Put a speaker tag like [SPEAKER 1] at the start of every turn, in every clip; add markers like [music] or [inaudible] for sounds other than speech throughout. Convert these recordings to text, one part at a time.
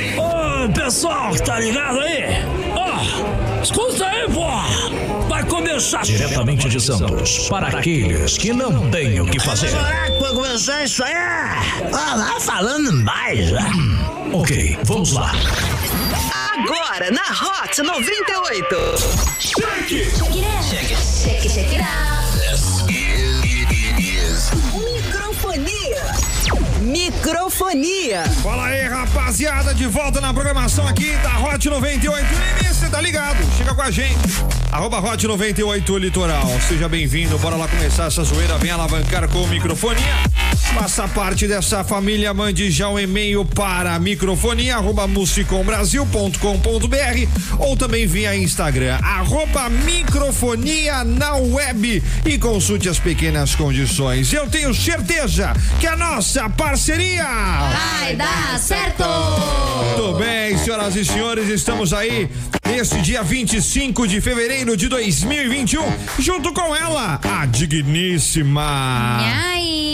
[SPEAKER 1] Aí, pessoal, tá ligado aí? Ó, escuta aí, pô! Vai começar diretamente de Santos, para aqueles que não têm o que fazer.
[SPEAKER 2] Será que vai começar isso aí? Ah, lá falando mais. ah.
[SPEAKER 1] Ok, vamos lá.
[SPEAKER 3] Agora na Hot 98. Microfonia. Microfonia.
[SPEAKER 4] Fala aí, rapaziada, de volta na programação aqui da Hot 98 M, você tá ligado? Chega com a gente. Arroba Hot 98 Litoral. Seja bem-vindo, bora lá começar essa zoeira, vem alavancar com microfonia. Faça parte dessa família, mande já um e-mail para microfonia, arroba musicombrasil.com.br ou também via Instagram, arroba microfonia na web e consulte as pequenas condições. Eu tenho certeza que a nossa parceria...
[SPEAKER 5] Vai dar certo!
[SPEAKER 4] Muito bem, senhoras e senhores, estamos aí neste dia 25 de fevereiro de 2021, junto com ela, a digníssima.
[SPEAKER 5] Ai!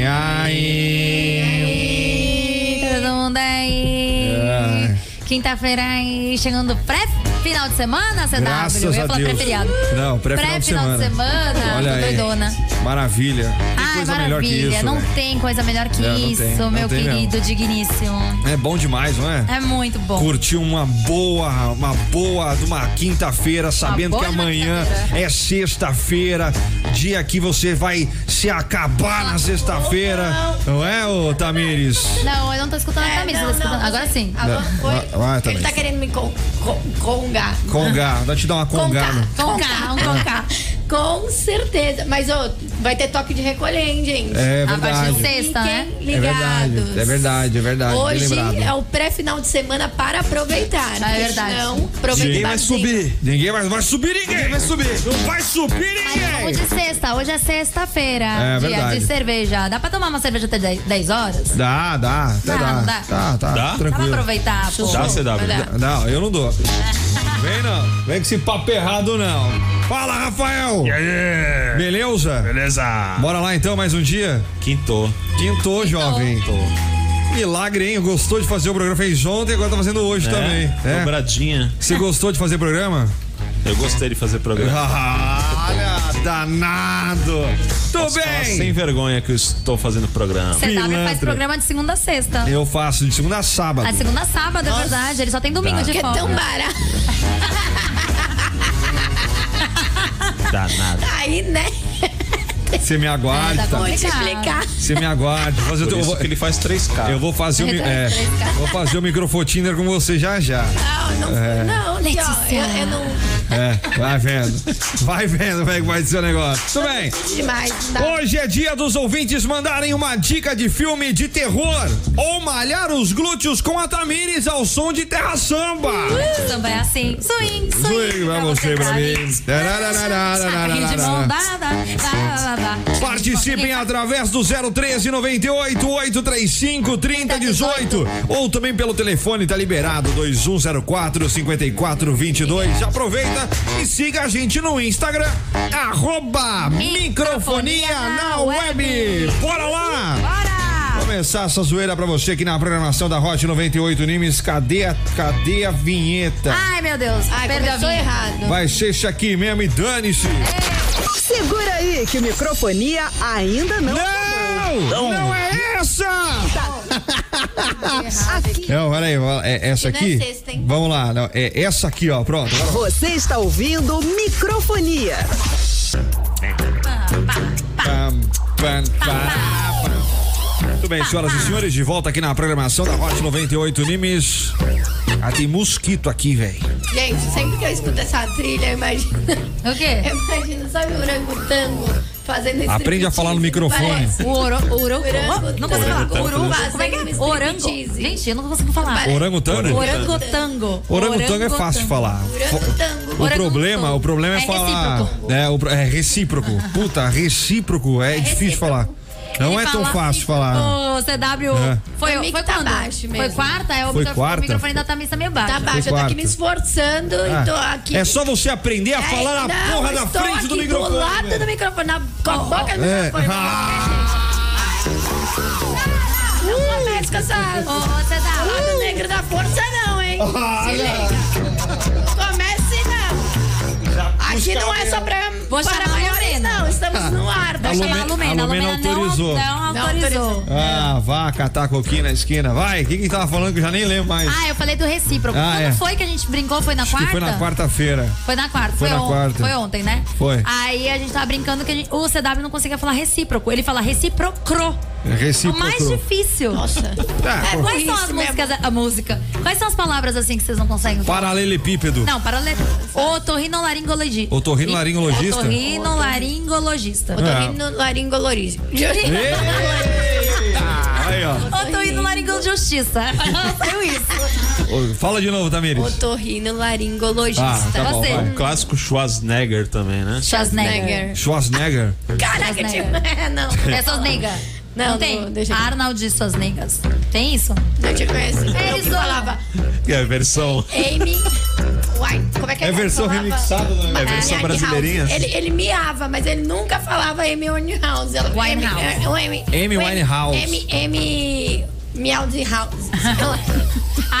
[SPEAKER 4] Nhaí.
[SPEAKER 5] Todo mundo aí!
[SPEAKER 4] É.
[SPEAKER 5] Quinta-feira aí, chegando pré-final de semana, CW.
[SPEAKER 4] Graças
[SPEAKER 5] Eu ia
[SPEAKER 4] a
[SPEAKER 5] falar
[SPEAKER 4] Deus.
[SPEAKER 5] pré-feriado.
[SPEAKER 4] Não, pré-final de
[SPEAKER 5] Pré-final de
[SPEAKER 4] semana.
[SPEAKER 5] semana,
[SPEAKER 4] Olha
[SPEAKER 5] tô
[SPEAKER 4] aí.
[SPEAKER 5] doidona.
[SPEAKER 4] Maravilha. Tem
[SPEAKER 5] Ai,
[SPEAKER 4] coisa melhor que isso.
[SPEAKER 5] maravilha!
[SPEAKER 4] né?
[SPEAKER 5] não
[SPEAKER 4] velho.
[SPEAKER 5] tem coisa melhor que
[SPEAKER 4] É, não tem,
[SPEAKER 5] isso,
[SPEAKER 4] não
[SPEAKER 5] meu
[SPEAKER 4] tem
[SPEAKER 5] querido digníssimo.
[SPEAKER 4] É bom demais, não é?
[SPEAKER 5] É muito bom.
[SPEAKER 4] Curtir uma boa, uma boa de uma quinta-feira, sabendo
[SPEAKER 5] boa
[SPEAKER 4] que
[SPEAKER 5] de uma
[SPEAKER 4] amanhã
[SPEAKER 5] quinta-feira.
[SPEAKER 4] é sexta-feira, dia que você vai se acabar na sexta-feira, não é, ô Tamires?
[SPEAKER 5] Não, eu É, não tô escutando a camisa, tô escutando. Agora sim.
[SPEAKER 6] Alô,
[SPEAKER 4] Vai- vai,
[SPEAKER 6] oi?
[SPEAKER 4] Thaís.
[SPEAKER 6] Ah, Ele tá querendo me con- con- congar.
[SPEAKER 4] ah, Congar, dá te dar uma né? congada.
[SPEAKER 6] Congar, um congar. Com certeza. Mas, ô, vai ter toque de recolher, hein, gente?
[SPEAKER 4] É
[SPEAKER 5] A partir de
[SPEAKER 4] verdade.
[SPEAKER 5] sexta, né?
[SPEAKER 6] Fiquem
[SPEAKER 4] É verdade,
[SPEAKER 6] ligados.
[SPEAKER 4] é verdade, é verdade. bem
[SPEAKER 6] Hoje
[SPEAKER 4] lembrado.
[SPEAKER 6] é o pré-final de semana para aproveitar.
[SPEAKER 5] Ah, é
[SPEAKER 6] porque
[SPEAKER 5] verdade.
[SPEAKER 6] Senão, aproveita
[SPEAKER 4] Ninguém vai
[SPEAKER 6] bastante.
[SPEAKER 4] Ninguém vai, vai subir ninguém. vai subir. Não vai subir
[SPEAKER 5] Vamos
[SPEAKER 4] ninguém.
[SPEAKER 5] de sexta, hoje é sexta-feira.
[SPEAKER 4] É
[SPEAKER 5] dia
[SPEAKER 4] verdade.
[SPEAKER 5] de cerveja. Dá pra tomar uma cerveja até 10 horas?
[SPEAKER 4] Dá, dá, até
[SPEAKER 5] Dá,
[SPEAKER 4] dá.
[SPEAKER 5] não dá?
[SPEAKER 4] Tá, tá,
[SPEAKER 7] Dá?
[SPEAKER 5] Dá pra
[SPEAKER 4] tranquilo.
[SPEAKER 5] aproveitar, pô.
[SPEAKER 7] Dá, CW.
[SPEAKER 6] Vai dar.
[SPEAKER 4] Não, eu não
[SPEAKER 5] [laughs]
[SPEAKER 4] dou. Vem não, vem com esse papo errado não. Fala, Rafael. Beleza?
[SPEAKER 7] Beleza.
[SPEAKER 4] Bora lá então, mais um dia.
[SPEAKER 7] Ah. Quintou.
[SPEAKER 4] Quintou, jovem. Milagre, hein? Gostou de fazer o programa? Fez ontem, agora tá fazendo hoje também.
[SPEAKER 7] É.
[SPEAKER 4] É.
[SPEAKER 7] Dobradinha.
[SPEAKER 4] Você gostou de
[SPEAKER 7] [laughs]
[SPEAKER 4] fazer programa?
[SPEAKER 7] Eu gostei de fazer programa.
[SPEAKER 4] Olha, danado. Tudo
[SPEAKER 7] Posso falar
[SPEAKER 4] bem.
[SPEAKER 7] Sem vergonha que eu estou fazendo programa.
[SPEAKER 5] CW faz
[SPEAKER 4] pilantra.
[SPEAKER 5] programa de segunda a sexta.
[SPEAKER 4] Eu faço de segunda a sábado.
[SPEAKER 5] A segunda a sábado, é verdade. Ele só tem domingo de
[SPEAKER 6] Que é
[SPEAKER 5] folga.
[SPEAKER 6] tão barato. [laughs]
[SPEAKER 7] Danado.
[SPEAKER 6] Aí, né?
[SPEAKER 4] Você me
[SPEAKER 5] É,
[SPEAKER 4] aguarde,
[SPEAKER 5] tá
[SPEAKER 4] tá?
[SPEAKER 6] Multiplicar.
[SPEAKER 4] Você me aguarde. Fazer o
[SPEAKER 7] Por
[SPEAKER 4] teu- eu,
[SPEAKER 7] isso
[SPEAKER 4] vou,
[SPEAKER 7] que ele faz 3K.
[SPEAKER 4] eu vou fazer o mi- é, vou fazer o microfotiner com você já já.
[SPEAKER 6] Não, Ah, não. Não,
[SPEAKER 5] Letícia.
[SPEAKER 6] ó, eu, eu não.
[SPEAKER 4] É, vai vendo. Vai vendo como é que vai ser o negócio. Tudo bem.
[SPEAKER 6] Demais. Não.
[SPEAKER 4] Hoje é dia dos ouvintes mandarem uma dica de filme de terror ou malhar os glúteos com a Tamires ao som de terra samba.
[SPEAKER 5] Samba é assim. Swing, swing.
[SPEAKER 4] Swing pra você, pra mim.
[SPEAKER 5] Saquinho de mão dada. Dá, dá, dá.
[SPEAKER 4] Participem através do 013 98 835 3018 ou também pelo telefone, tá liberado 2104 5422. Aproveita e siga a gente no Instagram, arroba microfonia na web. Bora lá!
[SPEAKER 5] Bora!
[SPEAKER 4] Começar essa zoeira pra você aqui na programação da Hot 98 Nimes. Cadê a, cadê a vinheta?
[SPEAKER 6] Ah.
[SPEAKER 5] Ai, meu Deus.
[SPEAKER 6] Ai,
[SPEAKER 5] Perdeu a
[SPEAKER 6] começou
[SPEAKER 5] vinheta.
[SPEAKER 6] errado.
[SPEAKER 4] Vai ser isso aqui mesmo e dane-se.
[SPEAKER 3] Segura aí que o microfonia ainda
[SPEAKER 6] É,
[SPEAKER 3] não.
[SPEAKER 4] Não! Não é essa!
[SPEAKER 6] Tá.
[SPEAKER 3] Aqui
[SPEAKER 4] [laughs] Não, peraí, é, essa
[SPEAKER 6] Que não é
[SPEAKER 4] aqui.
[SPEAKER 6] sexta, hein?
[SPEAKER 4] Vamos lá, não, é essa aqui, ó, pronto. agora-
[SPEAKER 3] você está ouvindo microfonia.
[SPEAKER 4] Pam, pam, pam, pam. Muito bem, senhoras e senhores, de volta aqui na programação da Hot 98 Nimes. Ah, tem mosquito aqui, velho.
[SPEAKER 6] Gente, sempre que eu escuto essa trilha, eu imagino. [laughs]
[SPEAKER 5] O quê?
[SPEAKER 6] Eu imagino, sabe, o orangotango fazendo esse um
[SPEAKER 4] Aprende a falar no microfone.
[SPEAKER 5] O oro, oro,
[SPEAKER 6] Orangotango.
[SPEAKER 5] não consigo falar.
[SPEAKER 6] Orangotango.
[SPEAKER 5] Oru, como é que é?
[SPEAKER 6] Orangotango.
[SPEAKER 5] Orango. Gente, eu não consigo falar.
[SPEAKER 4] Orangotango?
[SPEAKER 5] Orangotango.
[SPEAKER 4] Orangotango é fácil de falar. Fo-
[SPEAKER 6] Orangotango.
[SPEAKER 4] O
[SPEAKER 5] Orangotango.
[SPEAKER 4] problema, o problema é
[SPEAKER 5] É
[SPEAKER 4] falar.
[SPEAKER 5] recíproco.
[SPEAKER 4] É, o pro- é recíproco.
[SPEAKER 5] [laughs]
[SPEAKER 4] Puta, recíproco é, difícil falar. Não
[SPEAKER 5] Ele
[SPEAKER 4] é tão
[SPEAKER 5] fala- assim,
[SPEAKER 4] fácil falar.
[SPEAKER 5] O CW
[SPEAKER 4] É.
[SPEAKER 5] foi,
[SPEAKER 6] Pra mim
[SPEAKER 5] foi,
[SPEAKER 6] que
[SPEAKER 5] quando?
[SPEAKER 6] tá baixo mesmo.
[SPEAKER 5] Foi quarta? É o,
[SPEAKER 4] Foi
[SPEAKER 5] microfone,
[SPEAKER 4] quarta?
[SPEAKER 5] o microfone da Tamisa meio baixo.
[SPEAKER 6] Tá baixo, eu tô
[SPEAKER 4] quarto.
[SPEAKER 6] aqui me esforçando
[SPEAKER 4] Ah,
[SPEAKER 6] e tô aqui.
[SPEAKER 4] É só você aprender a
[SPEAKER 6] É,
[SPEAKER 4] falar na
[SPEAKER 6] não,
[SPEAKER 4] porra da
[SPEAKER 6] estou
[SPEAKER 4] frente do
[SPEAKER 6] aqui
[SPEAKER 4] microfone.
[SPEAKER 6] Do lado
[SPEAKER 4] velho.
[SPEAKER 6] do microfone, na com a boca do
[SPEAKER 4] É.
[SPEAKER 6] microfone. Não começa com essa.
[SPEAKER 4] Ah.
[SPEAKER 5] Ô, ô, CW.
[SPEAKER 6] Lado negro da força, não, Se liga. Comece não. Aqui não é só pra,
[SPEAKER 5] Vou
[SPEAKER 6] para
[SPEAKER 5] chamar a
[SPEAKER 6] maiores,
[SPEAKER 5] Lorena.
[SPEAKER 6] não. Estamos no ar. Tá
[SPEAKER 5] Vou
[SPEAKER 4] Lume-
[SPEAKER 5] chamar a Lumena.
[SPEAKER 4] a Lumena
[SPEAKER 5] A Lumena não
[SPEAKER 4] autorizou.
[SPEAKER 5] não
[SPEAKER 6] Não autorizou.
[SPEAKER 5] autorizou.
[SPEAKER 4] Ah, vá catar coquinho na esquina. Vai, o que que tava falando que eu já nem lembro mais?
[SPEAKER 5] Ah, eu falei do recíproco.
[SPEAKER 4] Ah,
[SPEAKER 5] Quando
[SPEAKER 4] é.
[SPEAKER 5] foi que a gente brincou? Foi na
[SPEAKER 4] Acho que
[SPEAKER 5] quarta?
[SPEAKER 4] foi na quarta-feira.
[SPEAKER 5] Foi na quarta.
[SPEAKER 4] Foi
[SPEAKER 5] Foi,
[SPEAKER 4] na
[SPEAKER 5] on-
[SPEAKER 4] quarta.
[SPEAKER 5] foi ontem, né?
[SPEAKER 4] Foi.
[SPEAKER 5] Aí a gente tava brincando que a gente- o CW não conseguia falar recíproco. Ele fala reciprocro. O
[SPEAKER 4] É Recíproco.
[SPEAKER 5] mais difícil.
[SPEAKER 6] Nossa.
[SPEAKER 4] Ah,
[SPEAKER 5] É,
[SPEAKER 4] pô,
[SPEAKER 5] quais são as
[SPEAKER 6] Isso
[SPEAKER 5] músicas, a música? Quais são as palavras assim que vocês não conseguem falar?
[SPEAKER 4] Paralelepípedo.
[SPEAKER 5] Não, para ler. Otorrinolaringologista.
[SPEAKER 4] Otorrinolaringologista?
[SPEAKER 5] Otorrinolaringologista.
[SPEAKER 6] Eu tô rindo laringolorismo.
[SPEAKER 4] Eita! Ah, Aí, ó.
[SPEAKER 6] [laughs]
[SPEAKER 5] Otorrinolaringologista. Saiu isso.
[SPEAKER 4] Ô, Fala de novo, Tamires.
[SPEAKER 6] Otorrino laringologista.
[SPEAKER 4] Ah, tá bom,
[SPEAKER 5] Você.
[SPEAKER 4] vai.
[SPEAKER 7] O clássico Schwarzenegger também, né?
[SPEAKER 5] Schwarzenegger.
[SPEAKER 6] Neger.
[SPEAKER 4] Schwarzenegger.
[SPEAKER 6] Caraca,
[SPEAKER 5] Schwarzenegger.
[SPEAKER 6] tipo, é, [laughs] não.
[SPEAKER 5] É Schwarzenegger.
[SPEAKER 6] Não, não,
[SPEAKER 5] tem. Ah.
[SPEAKER 6] deixa eu ver.
[SPEAKER 5] Arnold e suas negas. Tem isso?
[SPEAKER 6] Não te conheço. Eu que
[SPEAKER 5] Eles
[SPEAKER 6] falava
[SPEAKER 7] Que é a versão.
[SPEAKER 6] Amy. Uai, como é que
[SPEAKER 4] É
[SPEAKER 6] ele
[SPEAKER 4] versão
[SPEAKER 6] falava?
[SPEAKER 4] remixada né? do
[SPEAKER 7] É versão
[SPEAKER 6] Amy
[SPEAKER 7] brasileirinha?
[SPEAKER 6] House. Ele, ele miava, mas ele nunca falava Amy Winehouse. Ela,
[SPEAKER 5] Winehouse.
[SPEAKER 6] Amy, é, o Amy,
[SPEAKER 4] Amy
[SPEAKER 6] o
[SPEAKER 4] Winehouse.
[SPEAKER 6] Amy, Amy Meowdy House.
[SPEAKER 5] Ai,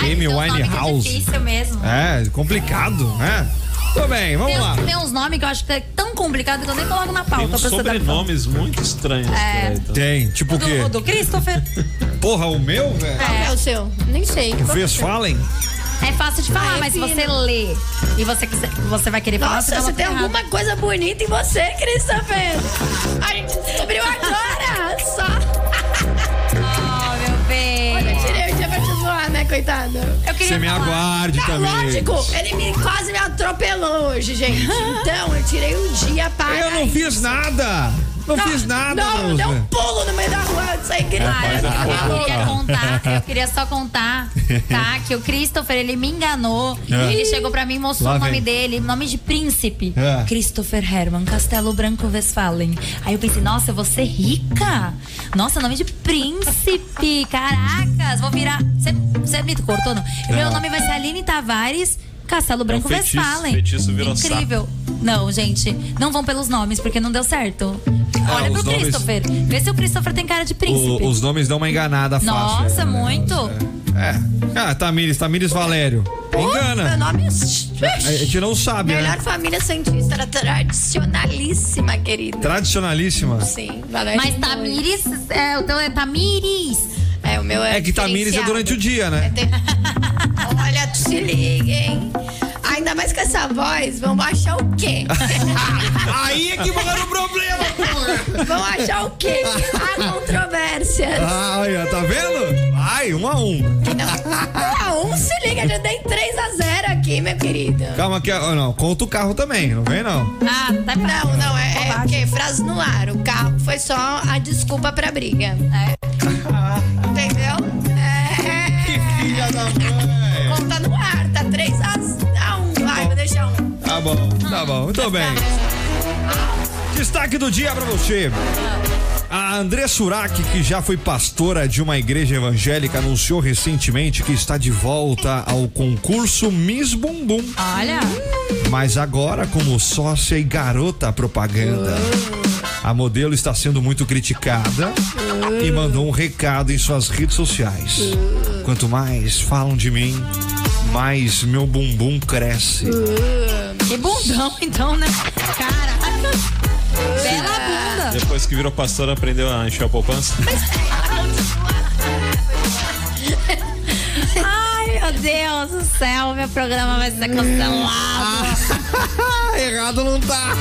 [SPEAKER 4] Amy
[SPEAKER 5] tem uns nomes que
[SPEAKER 4] Winehouse.
[SPEAKER 5] É difícil mesmo.
[SPEAKER 4] É, complicado, né? Tudo bem, vamos
[SPEAKER 5] Tem,
[SPEAKER 4] lá. um
[SPEAKER 5] uns- tem uns nomes que eu acho que é tão complicado que eu nem coloco na
[SPEAKER 7] Tem
[SPEAKER 5] pauta
[SPEAKER 7] uns
[SPEAKER 5] pra você dar conta.
[SPEAKER 7] sobrenomes muito estranhos.
[SPEAKER 5] É.
[SPEAKER 7] cara, então.
[SPEAKER 4] Tem, tipo o quê?
[SPEAKER 5] do, do Christopher.
[SPEAKER 4] Porra, o meu, velho?
[SPEAKER 6] Qual é o seu? Nem sei. Qual que é o
[SPEAKER 4] Fez
[SPEAKER 6] seu?
[SPEAKER 4] Fallen?
[SPEAKER 5] É fácil de falar,
[SPEAKER 6] Ah, é
[SPEAKER 5] mas se você
[SPEAKER 6] fino.
[SPEAKER 5] lê e você, quiser, você vai querer falar,
[SPEAKER 6] Nossa,
[SPEAKER 5] você
[SPEAKER 6] você
[SPEAKER 5] vai
[SPEAKER 6] tem
[SPEAKER 5] falar
[SPEAKER 6] alguma coisa bonita em você, Christopher. A gente descobriu agora. Só.
[SPEAKER 5] Oh, meu
[SPEAKER 6] Eu
[SPEAKER 5] bem.
[SPEAKER 6] tirei o dia pra te zoar, né, coitado?
[SPEAKER 5] Eu queria
[SPEAKER 4] Você me
[SPEAKER 5] falar.
[SPEAKER 4] aguarde,
[SPEAKER 6] Tá
[SPEAKER 4] Tamires.
[SPEAKER 6] lógico, ele me, quase me atropelou
[SPEAKER 4] [laughs]
[SPEAKER 6] hoje, gente. Então, eu tirei o dia para.
[SPEAKER 4] Eu não fiz nada. Não fiz nada,
[SPEAKER 6] Não,
[SPEAKER 4] meu
[SPEAKER 6] deu um
[SPEAKER 4] velho.
[SPEAKER 6] pulo no meio da rua, eu saí
[SPEAKER 5] Ah,
[SPEAKER 6] gritando.
[SPEAKER 5] eu, eu queria contar, eu queria só contar, tá? Que o Christopher, ele me enganou.
[SPEAKER 4] É.
[SPEAKER 5] Ele chegou pra mim e mostrou
[SPEAKER 4] Lá
[SPEAKER 5] o nome
[SPEAKER 4] vem.
[SPEAKER 5] dele, nome de príncipe.
[SPEAKER 4] É.
[SPEAKER 5] Christopher Herman, Castelo Branco Westphalen. Aí eu pensei, nossa, eu vou ser rica. Nossa, nome de príncipe, caracas, vou virar... Você me cortou, não? Meu nome vai ser Aline Tavares... Castelo Branco
[SPEAKER 7] feitiço,
[SPEAKER 5] Westphalen.
[SPEAKER 7] feitiço virou
[SPEAKER 5] Incrível. Não, gente, não vão pelos nomes, porque não deu certo.
[SPEAKER 4] Ah,
[SPEAKER 5] Olha
[SPEAKER 4] os
[SPEAKER 5] pro
[SPEAKER 4] nomes-
[SPEAKER 5] Christopher. Vê se o Christopher tem cara de príncipe.
[SPEAKER 4] O- os nomes dão uma enganada fácil. né?
[SPEAKER 5] Nossa, muito.
[SPEAKER 4] É. Ah, Tamires, Tamires Valério.
[SPEAKER 6] Meu
[SPEAKER 4] Engana.
[SPEAKER 6] nome é.
[SPEAKER 4] A gente não sabe, né?
[SPEAKER 6] Melhor família cientista era tradicionalíssima, querida.
[SPEAKER 4] Tradicionalíssima.
[SPEAKER 6] Sim, valeu.
[SPEAKER 5] Mas Tamires, é, o teu é Tamires.
[SPEAKER 6] É, o meu é.
[SPEAKER 4] É que Tamires é
[SPEAKER 6] diferenciado.
[SPEAKER 4] durante o dia, né?
[SPEAKER 6] Tem- Olha, se liguem. Ainda mais com essa voz, vão achar o
[SPEAKER 5] [laughs]
[SPEAKER 6] quê?
[SPEAKER 4] Aí é que mora o [laughs] problema, porra.
[SPEAKER 6] vão achar o quê? Há controvérsias.
[SPEAKER 4] [laughs] Ah, aí, ó, tá vendo? Ai, um a um.
[SPEAKER 6] Ah, um se liga, já dei 3 a 0 aqui, meu querido.
[SPEAKER 4] Calma que... ó, Não, conta o carro também, não vem não.
[SPEAKER 5] Ah, tá
[SPEAKER 6] Não, não, é, é o quê? Frase no ar. O carro foi só a desculpa pra briga. [laughs]
[SPEAKER 4] [laughs]
[SPEAKER 6] Entendeu? É.
[SPEAKER 4] Filha da mãe.
[SPEAKER 6] Conta no ar, tá 3 a 1. Vai, vou deixar um.
[SPEAKER 4] Tá bom, tá bom, muito bem. Destaque do dia pra você. A André Surak, que já foi pastora de uma igreja evangélica, anunciou recentemente que está de volta ao concurso Miss Bumbum.
[SPEAKER 5] Olha,
[SPEAKER 4] mas agora como sócia e garota propaganda. A modelo está sendo muito criticada e mandou um recado em suas redes sociais. Quanto mais falam de mim, mais meu bumbum cresce.
[SPEAKER 5] que bundão então, né? Cara, bela bunda.
[SPEAKER 7] Depois que virou pastor, aprendeu a encher a poupança.
[SPEAKER 5] Ai, meu Deus do céu, meu programa vai ser cancelado.
[SPEAKER 4] Errado não tá.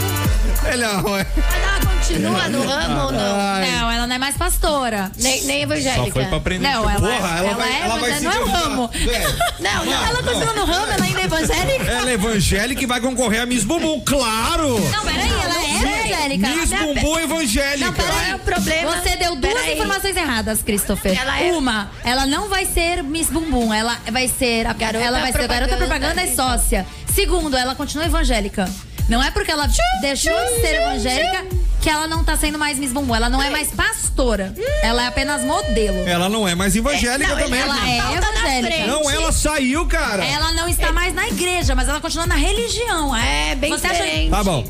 [SPEAKER 4] Melhor.
[SPEAKER 6] Mas ela continua no ramo ou não?
[SPEAKER 5] Não, ela não é mais pastora.
[SPEAKER 6] Nem, nem
[SPEAKER 7] Só
[SPEAKER 6] evangélica.
[SPEAKER 7] foi pra aprender.
[SPEAKER 5] É, Não, ela,
[SPEAKER 4] Porra, ela vai-
[SPEAKER 5] é,
[SPEAKER 4] ela vai
[SPEAKER 5] mas
[SPEAKER 4] se
[SPEAKER 5] não é o
[SPEAKER 4] derrubar.
[SPEAKER 5] ramo.
[SPEAKER 4] É.
[SPEAKER 6] Não, não.
[SPEAKER 5] Ela continua no ramo, ela ainda é evangélica?
[SPEAKER 4] Ela é evangélica e vai concorrer a Miss Bumbum, claro!
[SPEAKER 5] Não, peraí, ela é evangélica.
[SPEAKER 4] Miss
[SPEAKER 5] Ela-
[SPEAKER 4] Bumbum evangélica!
[SPEAKER 5] Não, peraí.
[SPEAKER 6] Qual é o problema?
[SPEAKER 5] Você deu duas
[SPEAKER 6] Peraí.
[SPEAKER 5] informações erradas, Christopher.
[SPEAKER 6] Ela é-
[SPEAKER 5] Uma, ela não vai ser Miss Bumbum, ela vai ser a
[SPEAKER 6] Garota
[SPEAKER 5] ela vai ser garota propaganda
[SPEAKER 6] propaganda
[SPEAKER 5] e sócia. Segundo, ela continua evangélica. Não é porque ela deixou de ser evangélica que ela não tá sendo mais Miss Bumbum. Ela não é mais pastora. Ela é apenas modelo.
[SPEAKER 4] Ela não é mais evangélica
[SPEAKER 6] Não,
[SPEAKER 4] também.
[SPEAKER 5] ela
[SPEAKER 4] né?
[SPEAKER 5] é
[SPEAKER 6] pauta tá na
[SPEAKER 5] evangélica.
[SPEAKER 6] frente.
[SPEAKER 4] Não, ela saiu, cara!
[SPEAKER 5] Ela não está mais na igreja, mas ela continua na religião.
[SPEAKER 6] É, bem
[SPEAKER 5] Você acha-
[SPEAKER 6] diferente.
[SPEAKER 4] Tá bom.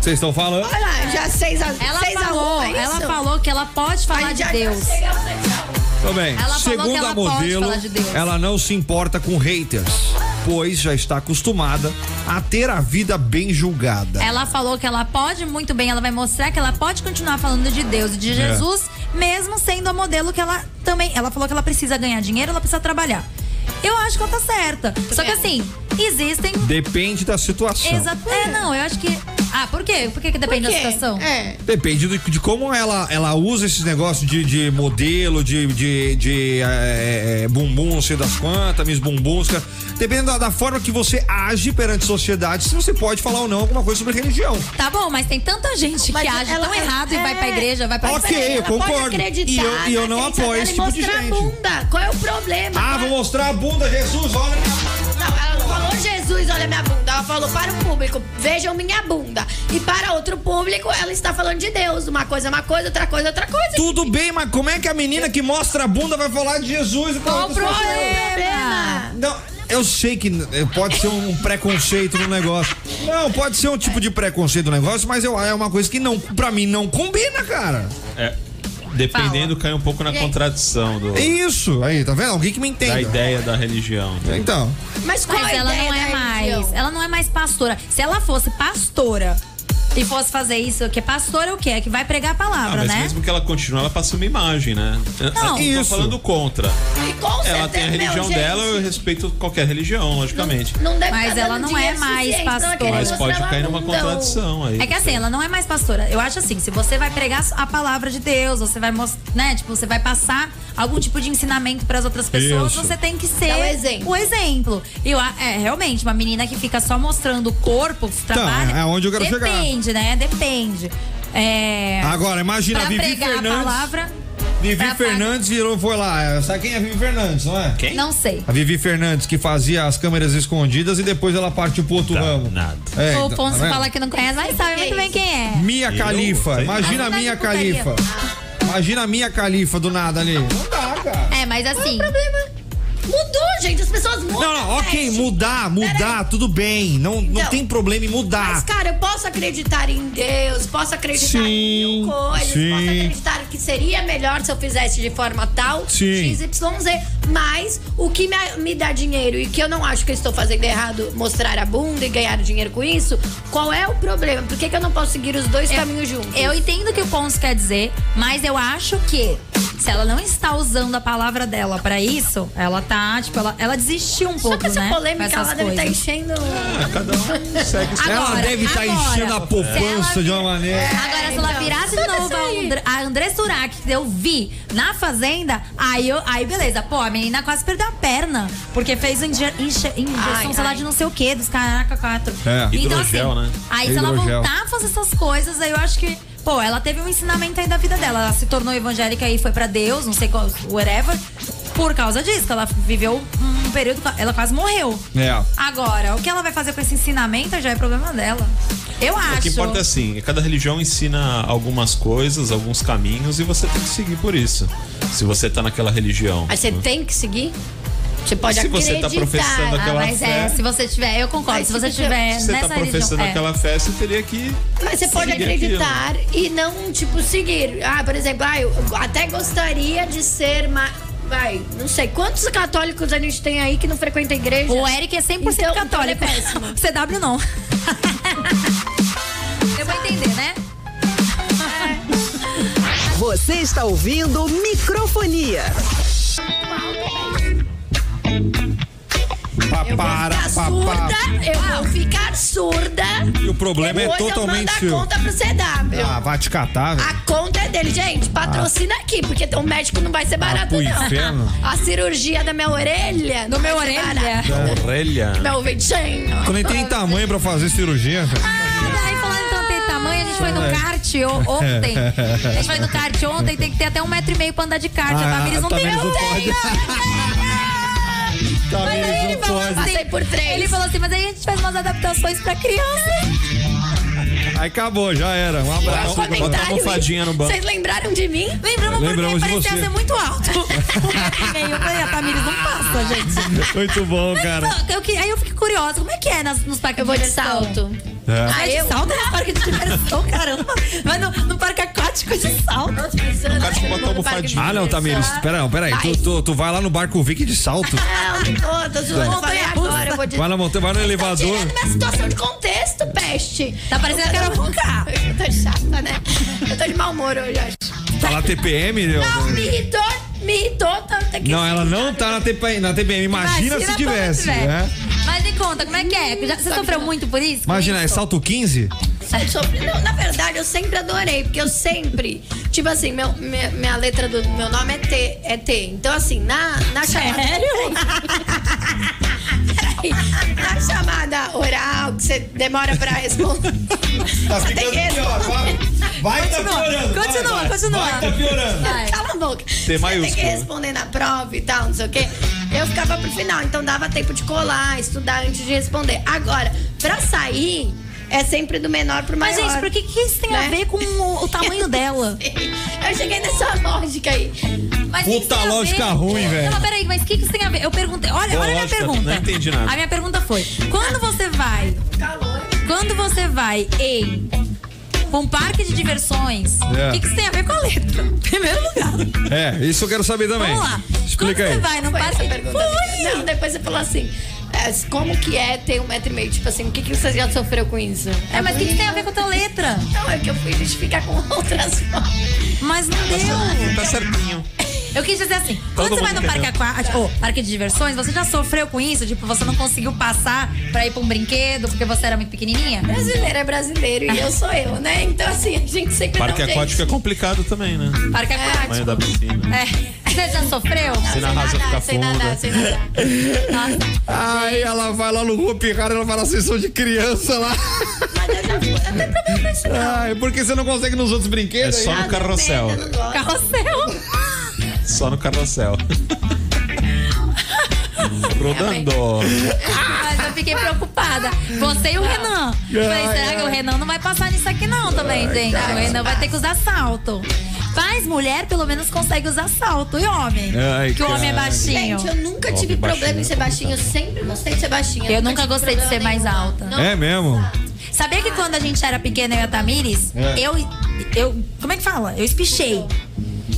[SPEAKER 4] Vocês estão falando?
[SPEAKER 6] Olha lá, já 6 a é 1.
[SPEAKER 5] Ela falou, ela falou que ela pode falar de Deus.
[SPEAKER 4] Tô bem.
[SPEAKER 5] Ela falou
[SPEAKER 4] Segundo
[SPEAKER 5] que ela
[SPEAKER 4] a
[SPEAKER 5] pode
[SPEAKER 4] modelo,
[SPEAKER 5] falar de Deus.
[SPEAKER 4] ela não se importa com haters, pois já está acostumada a ter a vida bem julgada.
[SPEAKER 5] Ela falou que ela pode muito bem, ela vai mostrar que ela pode continuar falando de Deus e
[SPEAKER 7] É.
[SPEAKER 5] de Jesus, mesmo sendo a modelo que ela também. Ela falou que ela precisa ganhar dinheiro, ela precisa trabalhar. Eu acho que ela tá certa. Só que
[SPEAKER 6] bem.
[SPEAKER 5] assim, existem.
[SPEAKER 4] Depende da situação.
[SPEAKER 5] Exato. É, não, eu acho que. Ah, por quê? Por que, que depende da
[SPEAKER 6] Quê?
[SPEAKER 5] situação?
[SPEAKER 6] É.
[SPEAKER 4] Depende do- de como ela, ela usa esses negócios de, de modelo, de, de, de eh, eh, bumbum, não sei das quantas, Miss Bumbusca. Dependendo da, da forma que você age perante a sociedade, se você pode falar ou não alguma coisa sobre religião.
[SPEAKER 5] Tá bom, mas tem tanta gente
[SPEAKER 6] Mas
[SPEAKER 5] que age
[SPEAKER 6] ela-
[SPEAKER 5] tão errado e
[SPEAKER 6] é.
[SPEAKER 5] vai pra igreja, vai pra
[SPEAKER 4] Ok,
[SPEAKER 6] Ela
[SPEAKER 4] eu
[SPEAKER 6] Pode
[SPEAKER 4] concordo.
[SPEAKER 6] acreditar
[SPEAKER 4] E eu- e eu
[SPEAKER 6] na
[SPEAKER 4] não
[SPEAKER 6] crença
[SPEAKER 4] apoio
[SPEAKER 6] dela
[SPEAKER 4] esse
[SPEAKER 6] e
[SPEAKER 4] tipo de
[SPEAKER 6] mostrar
[SPEAKER 4] gente.
[SPEAKER 6] a bunda. Qual é o problema?
[SPEAKER 4] Ah,
[SPEAKER 6] Qual-
[SPEAKER 4] vou mostrar a bunda, Jesus, olha.
[SPEAKER 6] Não, ela não falou Jesus, olha minha bunda. Ela falou para o público, vejam minha bunda. E para outro público, ela está falando de Deus. Uma coisa é uma coisa, outra coisa é outra coisa.
[SPEAKER 4] Tudo bem, mas como é que a menina que mostra a bunda vai falar de Jesus? e falar
[SPEAKER 5] Qual
[SPEAKER 4] que
[SPEAKER 5] o
[SPEAKER 6] Qual é o
[SPEAKER 5] problema?
[SPEAKER 6] problema?
[SPEAKER 4] Não, eu sei que eh, pode ser um preconceito no negócio. Não, pode ser um tipo de preconceito no negócio, mas eu, é uma coisa que não, pra mim não combina, cara.
[SPEAKER 7] É, dependendo, cai um pouco na contradição do-
[SPEAKER 4] É Isso, aí, tá vendo? Alguém que me
[SPEAKER 7] da
[SPEAKER 4] entenda.
[SPEAKER 7] ideia da religião. né?
[SPEAKER 4] Então,
[SPEAKER 6] Mas qual
[SPEAKER 5] Mas
[SPEAKER 6] é a
[SPEAKER 5] ela
[SPEAKER 6] ideia
[SPEAKER 5] não é
[SPEAKER 6] da
[SPEAKER 5] mais.
[SPEAKER 6] religião?
[SPEAKER 5] Ela não é mais pastora. Se ela fosse pastora e fosse fazer isso, que pastora é o quê? É que vai pregar a
[SPEAKER 7] Ah,
[SPEAKER 5] palavra,
[SPEAKER 7] mas
[SPEAKER 5] né?
[SPEAKER 7] mesmo que ela continue, ela passa uma imagem, né? Eu- eu
[SPEAKER 5] Não.
[SPEAKER 7] tô
[SPEAKER 4] é Isso.
[SPEAKER 7] falando contra.
[SPEAKER 6] E com
[SPEAKER 7] Ela
[SPEAKER 6] certeza,
[SPEAKER 7] tem a
[SPEAKER 6] meu,
[SPEAKER 7] religião
[SPEAKER 6] gente,
[SPEAKER 7] dela, eu respeito qualquer religião, logicamente.
[SPEAKER 6] Não deve
[SPEAKER 5] Mas
[SPEAKER 6] tá
[SPEAKER 5] ela
[SPEAKER 6] dando
[SPEAKER 5] não é
[SPEAKER 6] dinheiro
[SPEAKER 5] mais
[SPEAKER 6] suficiente, senão
[SPEAKER 5] pastora.
[SPEAKER 6] aquele
[SPEAKER 7] Mas
[SPEAKER 6] moço
[SPEAKER 7] pode
[SPEAKER 6] tava
[SPEAKER 7] cair numa
[SPEAKER 6] bundão.
[SPEAKER 7] contradição aí.
[SPEAKER 5] É que assim, ela não é mais pastora. Eu acho assim, se você vai pregar a palavra de Deus, você vai mostrar, né? Tipo, você vai passar algum tipo de ensinamento pras outras pessoas,
[SPEAKER 4] Isso.
[SPEAKER 5] você tem que ser
[SPEAKER 6] Dá o exemplo.
[SPEAKER 5] o exemplo. E eu a- é, realmente, uma menina que fica só mostrando o corpo, que trabalha.
[SPEAKER 4] é onde eu quero chegar.
[SPEAKER 5] Depende, né? Depende. É.
[SPEAKER 4] agora, imagina
[SPEAKER 5] pra
[SPEAKER 4] a Vivi
[SPEAKER 5] pregar a
[SPEAKER 4] Fernandes.
[SPEAKER 5] palavra,
[SPEAKER 4] Vivi
[SPEAKER 5] pra-
[SPEAKER 4] Fernandes virou, foi lá. Sabe quem é a Vivi Fernandes, não é?
[SPEAKER 7] Quem?
[SPEAKER 5] não sei.
[SPEAKER 4] A Vivi Fernandes que fazia as câmeras escondidas e depois ela partiu pro outro ramo.
[SPEAKER 7] Tá, nada.
[SPEAKER 4] É,
[SPEAKER 5] Ou o
[SPEAKER 4] então,
[SPEAKER 5] Ponce
[SPEAKER 4] tá vendo?
[SPEAKER 5] fala que não conhece, mas sabe muito bem quem é.
[SPEAKER 4] Mia Califa.
[SPEAKER 7] sei.
[SPEAKER 4] Imagina a
[SPEAKER 5] Mas
[SPEAKER 4] Mia
[SPEAKER 5] não tá de putaria.
[SPEAKER 4] Califa. Imagina a Mia Califa do nada ali. Não dá, cara.
[SPEAKER 5] É, mas assim.
[SPEAKER 6] Qual é o problema? Mudou, gente, as pessoas mudam. É,
[SPEAKER 4] Não, não, ok,
[SPEAKER 6] gente.
[SPEAKER 4] mudar, mudar, tudo bem. Não, não
[SPEAKER 6] Então,
[SPEAKER 4] tem problema em
[SPEAKER 6] Mas,
[SPEAKER 4] mudar.
[SPEAKER 6] cara, eu posso acreditar em Deus, posso acreditar
[SPEAKER 4] Sim,
[SPEAKER 6] em mil coisas,
[SPEAKER 4] sim.
[SPEAKER 6] posso acreditar que seria melhor se eu fizesse de forma tal,
[SPEAKER 4] Sim.
[SPEAKER 6] XYZ. Mas o que me, me dá dinheiro e que eu não acho que eu estou fazendo errado, mostrar a bunda e ganhar dinheiro com isso, qual é o problema? Por que, que eu não posso seguir os
[SPEAKER 5] É,
[SPEAKER 6] dois caminhos juntos?
[SPEAKER 5] Eu entendo o que o Ponce quer dizer, mas eu acho que se ela não está usando a palavra dela pra isso, ela tá, tipo, ela, ela desistiu um
[SPEAKER 6] Só
[SPEAKER 5] pouco,
[SPEAKER 6] que essa
[SPEAKER 5] né?
[SPEAKER 6] polêmica,
[SPEAKER 5] com essas
[SPEAKER 6] ela deve estar
[SPEAKER 5] coisas.
[SPEAKER 6] enchendo.
[SPEAKER 7] Ah, cada um segue seu-
[SPEAKER 5] Agora,
[SPEAKER 4] ela deve estar
[SPEAKER 5] agora.
[SPEAKER 4] enchendo a poupança
[SPEAKER 5] Se ela-
[SPEAKER 4] de uma maneira.
[SPEAKER 5] Agora, se ela
[SPEAKER 6] então,
[SPEAKER 5] virasse de
[SPEAKER 6] tudo
[SPEAKER 5] novo
[SPEAKER 6] isso
[SPEAKER 5] a
[SPEAKER 6] aí.
[SPEAKER 5] Andr- a André Surak, que eu vi na Fazenda, aí, eu, aí beleza. Pô, a menina quase perdeu a perna, porque fez inje- inje- injeção,
[SPEAKER 6] Ai,
[SPEAKER 5] sei lá,
[SPEAKER 6] ai.
[SPEAKER 5] de não sei o quê, dos caraca quatro. Então, assim,
[SPEAKER 4] É.
[SPEAKER 7] Hidrogel, né?
[SPEAKER 5] Aí se ela
[SPEAKER 4] Hidrogel.
[SPEAKER 5] voltar a fazer essas coisas, aí eu acho que... Pô, ela teve um ensinamento aí da vida dela. Ela se tornou evangélica e foi pra Deus, não sei qual, whatever. Por causa disso, que ela viveu um período... Ela quase morreu.
[SPEAKER 4] É.
[SPEAKER 5] Agora, o que ela vai fazer com esse ensinamento já é problema dela. Eu acho.
[SPEAKER 7] O que importa é assim, cada religião ensina algumas coisas, alguns caminhos, e você tem que seguir por isso. Se você tá naquela religião.
[SPEAKER 6] Mas você tem que seguir? Você pode
[SPEAKER 7] Se você tá
[SPEAKER 6] acreditar.
[SPEAKER 7] professando
[SPEAKER 5] Ah,
[SPEAKER 7] aquela
[SPEAKER 5] mas é,
[SPEAKER 7] fé.
[SPEAKER 5] se você tiver, eu concordo,
[SPEAKER 6] Mas tipo,
[SPEAKER 5] se você
[SPEAKER 6] se você-
[SPEAKER 5] tiver
[SPEAKER 7] Se você
[SPEAKER 5] nessa
[SPEAKER 7] tá professando
[SPEAKER 5] religião. é.
[SPEAKER 7] aquela fé, você teria que.
[SPEAKER 6] Mas você pode
[SPEAKER 7] seguir
[SPEAKER 6] acreditar e não, tipo, seguir. Ah, por exemplo, ah, eu até gostaria de ser mais. Vai, não sei. Quantos católicos a gente tem aí que não frequenta a igreja?
[SPEAKER 5] O Eric é 100%
[SPEAKER 6] Então,
[SPEAKER 5] católico.
[SPEAKER 6] então ele é
[SPEAKER 5] [laughs]
[SPEAKER 6] péssimo.
[SPEAKER 5] CW não. eu vou entender, né?
[SPEAKER 3] Você está ouvindo Microfonia.
[SPEAKER 4] Pa,
[SPEAKER 6] Eu vou
[SPEAKER 4] para,
[SPEAKER 6] ficar
[SPEAKER 4] pa, pa.
[SPEAKER 6] surda, eu vou ficar surda.
[SPEAKER 4] E o problema é
[SPEAKER 6] Depois
[SPEAKER 4] totalmente
[SPEAKER 6] eu
[SPEAKER 4] seu.
[SPEAKER 6] mando a conta pro CW.
[SPEAKER 4] Ah, vai te catar, velho.
[SPEAKER 6] A conta é dele, gente. Patrocina aqui, porque o médico não vai ser barato,
[SPEAKER 4] Ah, pro
[SPEAKER 6] não.
[SPEAKER 4] inferno.
[SPEAKER 6] A cirurgia da minha orelha.
[SPEAKER 5] No
[SPEAKER 6] não
[SPEAKER 5] meu
[SPEAKER 6] vai ser
[SPEAKER 5] orelha.
[SPEAKER 6] barata.
[SPEAKER 7] Aquilo. Orelha.
[SPEAKER 6] Meu ouvidinho.
[SPEAKER 4] Eu nem tem tamanho pra fazer cirurgia, velho.
[SPEAKER 5] Ah, daí falando então tem tamanho, a gente foi
[SPEAKER 7] É.
[SPEAKER 5] no kart o- ontem. A gente foi no kart ontem, tem que ter até um metro e meio assim, pra andar de kart.
[SPEAKER 4] Ah,
[SPEAKER 5] a
[SPEAKER 7] tá
[SPEAKER 5] Tamires não tem.
[SPEAKER 4] Tamires não
[SPEAKER 5] Eu tenho,
[SPEAKER 4] é pode.
[SPEAKER 5] eu tenho.
[SPEAKER 4] Tamires
[SPEAKER 5] Mas aí ele
[SPEAKER 4] não
[SPEAKER 5] falou
[SPEAKER 4] pode.
[SPEAKER 5] assim,
[SPEAKER 6] Passei por três.
[SPEAKER 5] Ele falou assim, mas aí a gente faz umas adaptações pra criança.
[SPEAKER 4] Aí acabou, já era. Um
[SPEAKER 6] Meu
[SPEAKER 4] abraço.
[SPEAKER 7] comentário. botar uma almofadinha no banco.
[SPEAKER 6] Vocês lembraram de mim?
[SPEAKER 5] Lembramos,
[SPEAKER 4] Lembramos de
[SPEAKER 5] porque parecia
[SPEAKER 4] você.
[SPEAKER 5] ser é muito alto. [laughs] e aí eu falei, a Tamires não passa, gente.
[SPEAKER 4] Muito bom, cara.
[SPEAKER 5] Eu que- aí eu fiquei curiosa, como é que é nas- nos parques
[SPEAKER 6] Eu vou de
[SPEAKER 5] diversão?
[SPEAKER 6] salto.
[SPEAKER 4] É.
[SPEAKER 5] Vai de salto no parque de diversão, caramba. Vai no, no parque aquático de salto.
[SPEAKER 6] Nossa, pensando,
[SPEAKER 7] Cara, tipo, botar
[SPEAKER 6] todo mundo
[SPEAKER 7] almofadinha.
[SPEAKER 6] parque de
[SPEAKER 4] Ah, não, Tamires,
[SPEAKER 6] diversão.
[SPEAKER 4] peraí, peraí. Tu, tu, tu vai lá no barco Vic de salto.
[SPEAKER 6] Não, não tô, tô zoando. Falei
[SPEAKER 5] Montanha-russa.
[SPEAKER 6] agora, eu vou dizer.
[SPEAKER 4] Vai na montanha, vai no
[SPEAKER 6] Tá
[SPEAKER 4] elevador.
[SPEAKER 6] tirando minha situação de contexto, peste.
[SPEAKER 5] Tá parecendo que era
[SPEAKER 6] Eu tô-
[SPEAKER 5] Vulcá.
[SPEAKER 6] Eu tô chata, né? Eu tô de mau humor hoje, acho.
[SPEAKER 4] Tá lá TPM, meu.
[SPEAKER 6] Não, me irritou, me irritou tanto aqui.
[SPEAKER 4] Não, ela não tá na TPM. Na TPM. Imagina, se
[SPEAKER 5] quando
[SPEAKER 4] tivesse.
[SPEAKER 5] tiver.
[SPEAKER 4] né?
[SPEAKER 5] Mas me conta, como é que é? Já, você sofreu muito por isso?
[SPEAKER 4] Imagina,
[SPEAKER 5] Por
[SPEAKER 4] é
[SPEAKER 5] isso?
[SPEAKER 4] salto 15?
[SPEAKER 6] Eu sofri- não, na verdade, eu sempre adorei, porque eu sempre. Tipo assim, meu, minha, minha letra do meu nome é T. É T. Então, assim, na, na chamada. [laughs] Peraí, na chamada oral, que você demora pra responder.
[SPEAKER 4] Tá
[SPEAKER 6] Você tem que responder.
[SPEAKER 4] Vai tá
[SPEAKER 5] Continua, continua, continua.
[SPEAKER 4] piorando.
[SPEAKER 5] Vai.
[SPEAKER 6] Cala a boca. Você tem que
[SPEAKER 7] maiúsculo.
[SPEAKER 6] responder na prova e tal, não sei o quê. Eu ficava pro final, então dava tempo de colar, estudar antes de responder. Agora, pra sair, é sempre do menor pro maior.
[SPEAKER 5] Mas, gente, por que, que isso tem a
[SPEAKER 6] Né?
[SPEAKER 5] ver com o, o [laughs] tamanho dela?
[SPEAKER 6] Eu cheguei nessa lógica aí.
[SPEAKER 5] Mas o que que
[SPEAKER 4] Puta
[SPEAKER 5] tem a ver?
[SPEAKER 4] lógica ruim, velho.
[SPEAKER 5] Não, peraí, mas o que, que isso tem a ver? Eu perguntei. Olha,
[SPEAKER 7] Boa
[SPEAKER 5] olha a minha
[SPEAKER 7] lógica,
[SPEAKER 5] pergunta.
[SPEAKER 7] não entendi nada.
[SPEAKER 5] A minha pergunta foi: quando você vai.
[SPEAKER 6] Calor.
[SPEAKER 5] Quando você vai em. Um parque de diversões. O
[SPEAKER 4] É.
[SPEAKER 5] que, que isso tem a ver com a letra? [laughs] Em Primeiro lugar.
[SPEAKER 4] É, isso eu quero saber também.
[SPEAKER 5] Vamos lá. quando
[SPEAKER 4] Explica
[SPEAKER 5] você
[SPEAKER 4] aí.
[SPEAKER 5] vai num
[SPEAKER 6] Foi essa
[SPEAKER 5] parque.
[SPEAKER 6] a pergunta.
[SPEAKER 5] Foi!
[SPEAKER 6] Não, depois você falou assim. é, Como que é ter um metro e meio? Tipo assim, o que, que você já sofreu com isso?
[SPEAKER 5] É, mas o que, que tem a ver com a tua letra?
[SPEAKER 6] Não, é que eu fui justificar com outras [laughs] formas.
[SPEAKER 5] Mas não deu.
[SPEAKER 7] Tá certinho.
[SPEAKER 5] Eu quis dizer assim, quando
[SPEAKER 7] Todo
[SPEAKER 5] você vai
[SPEAKER 7] mundo
[SPEAKER 5] no parque
[SPEAKER 7] entendeu.
[SPEAKER 5] aquático, ou parque de diversões, você já sofreu com isso? Tipo, você não conseguiu passar pra ir pra um brinquedo porque você era muito pequenininha?
[SPEAKER 6] Brasileiro é brasileiro e eu sou eu, né? Então assim, a gente sempre
[SPEAKER 7] Parque
[SPEAKER 6] dá um
[SPEAKER 7] aquático é
[SPEAKER 6] jeito.
[SPEAKER 7] complicado também, né?
[SPEAKER 5] Parque
[SPEAKER 7] Tamanho
[SPEAKER 5] aquático.
[SPEAKER 7] da piscina.
[SPEAKER 5] É. Você já sofreu?
[SPEAKER 7] Você na
[SPEAKER 6] Sem
[SPEAKER 7] rasa
[SPEAKER 6] nadar,
[SPEAKER 7] fica
[SPEAKER 6] sem nadar,
[SPEAKER 7] funda.
[SPEAKER 6] sem nadar.
[SPEAKER 5] Nossa.
[SPEAKER 4] Aí ela vai lá no Rupi, cara, ela vai na sessão de criança lá.
[SPEAKER 6] Mas eu já fui. Não tem problema nisso, não.
[SPEAKER 4] Ai, porque você não consegue nos outros
[SPEAKER 7] É
[SPEAKER 4] brinquedos? aí?
[SPEAKER 7] só no
[SPEAKER 6] né?
[SPEAKER 7] carrossel.
[SPEAKER 6] Merda, não gosto.
[SPEAKER 5] Carrossel.
[SPEAKER 7] Só no carrossel. Rodando.
[SPEAKER 5] Mas eu fiquei preocupada. Você e o Renan. Falei, será que o Renan não vai passar nisso aqui não também, gente? O Renan vai ter que usar salto. Mas mulher, pelo menos, consegue usar salto. E homem?
[SPEAKER 4] Ai,
[SPEAKER 5] que o homem é
[SPEAKER 4] cara.
[SPEAKER 5] baixinho.
[SPEAKER 6] Gente, eu nunca
[SPEAKER 7] Homem
[SPEAKER 6] tive
[SPEAKER 7] baixinho
[SPEAKER 6] problema em
[SPEAKER 7] é
[SPEAKER 6] ser baixinho. Eu sempre gostei de ser baixinha.
[SPEAKER 5] Eu nunca gostei de ser mais alta.
[SPEAKER 4] É mesmo?
[SPEAKER 5] Sabia que quando a gente era pequena, eu e a Tamires,
[SPEAKER 4] É.
[SPEAKER 5] eu, eu. Como é que fala? Eu espichei.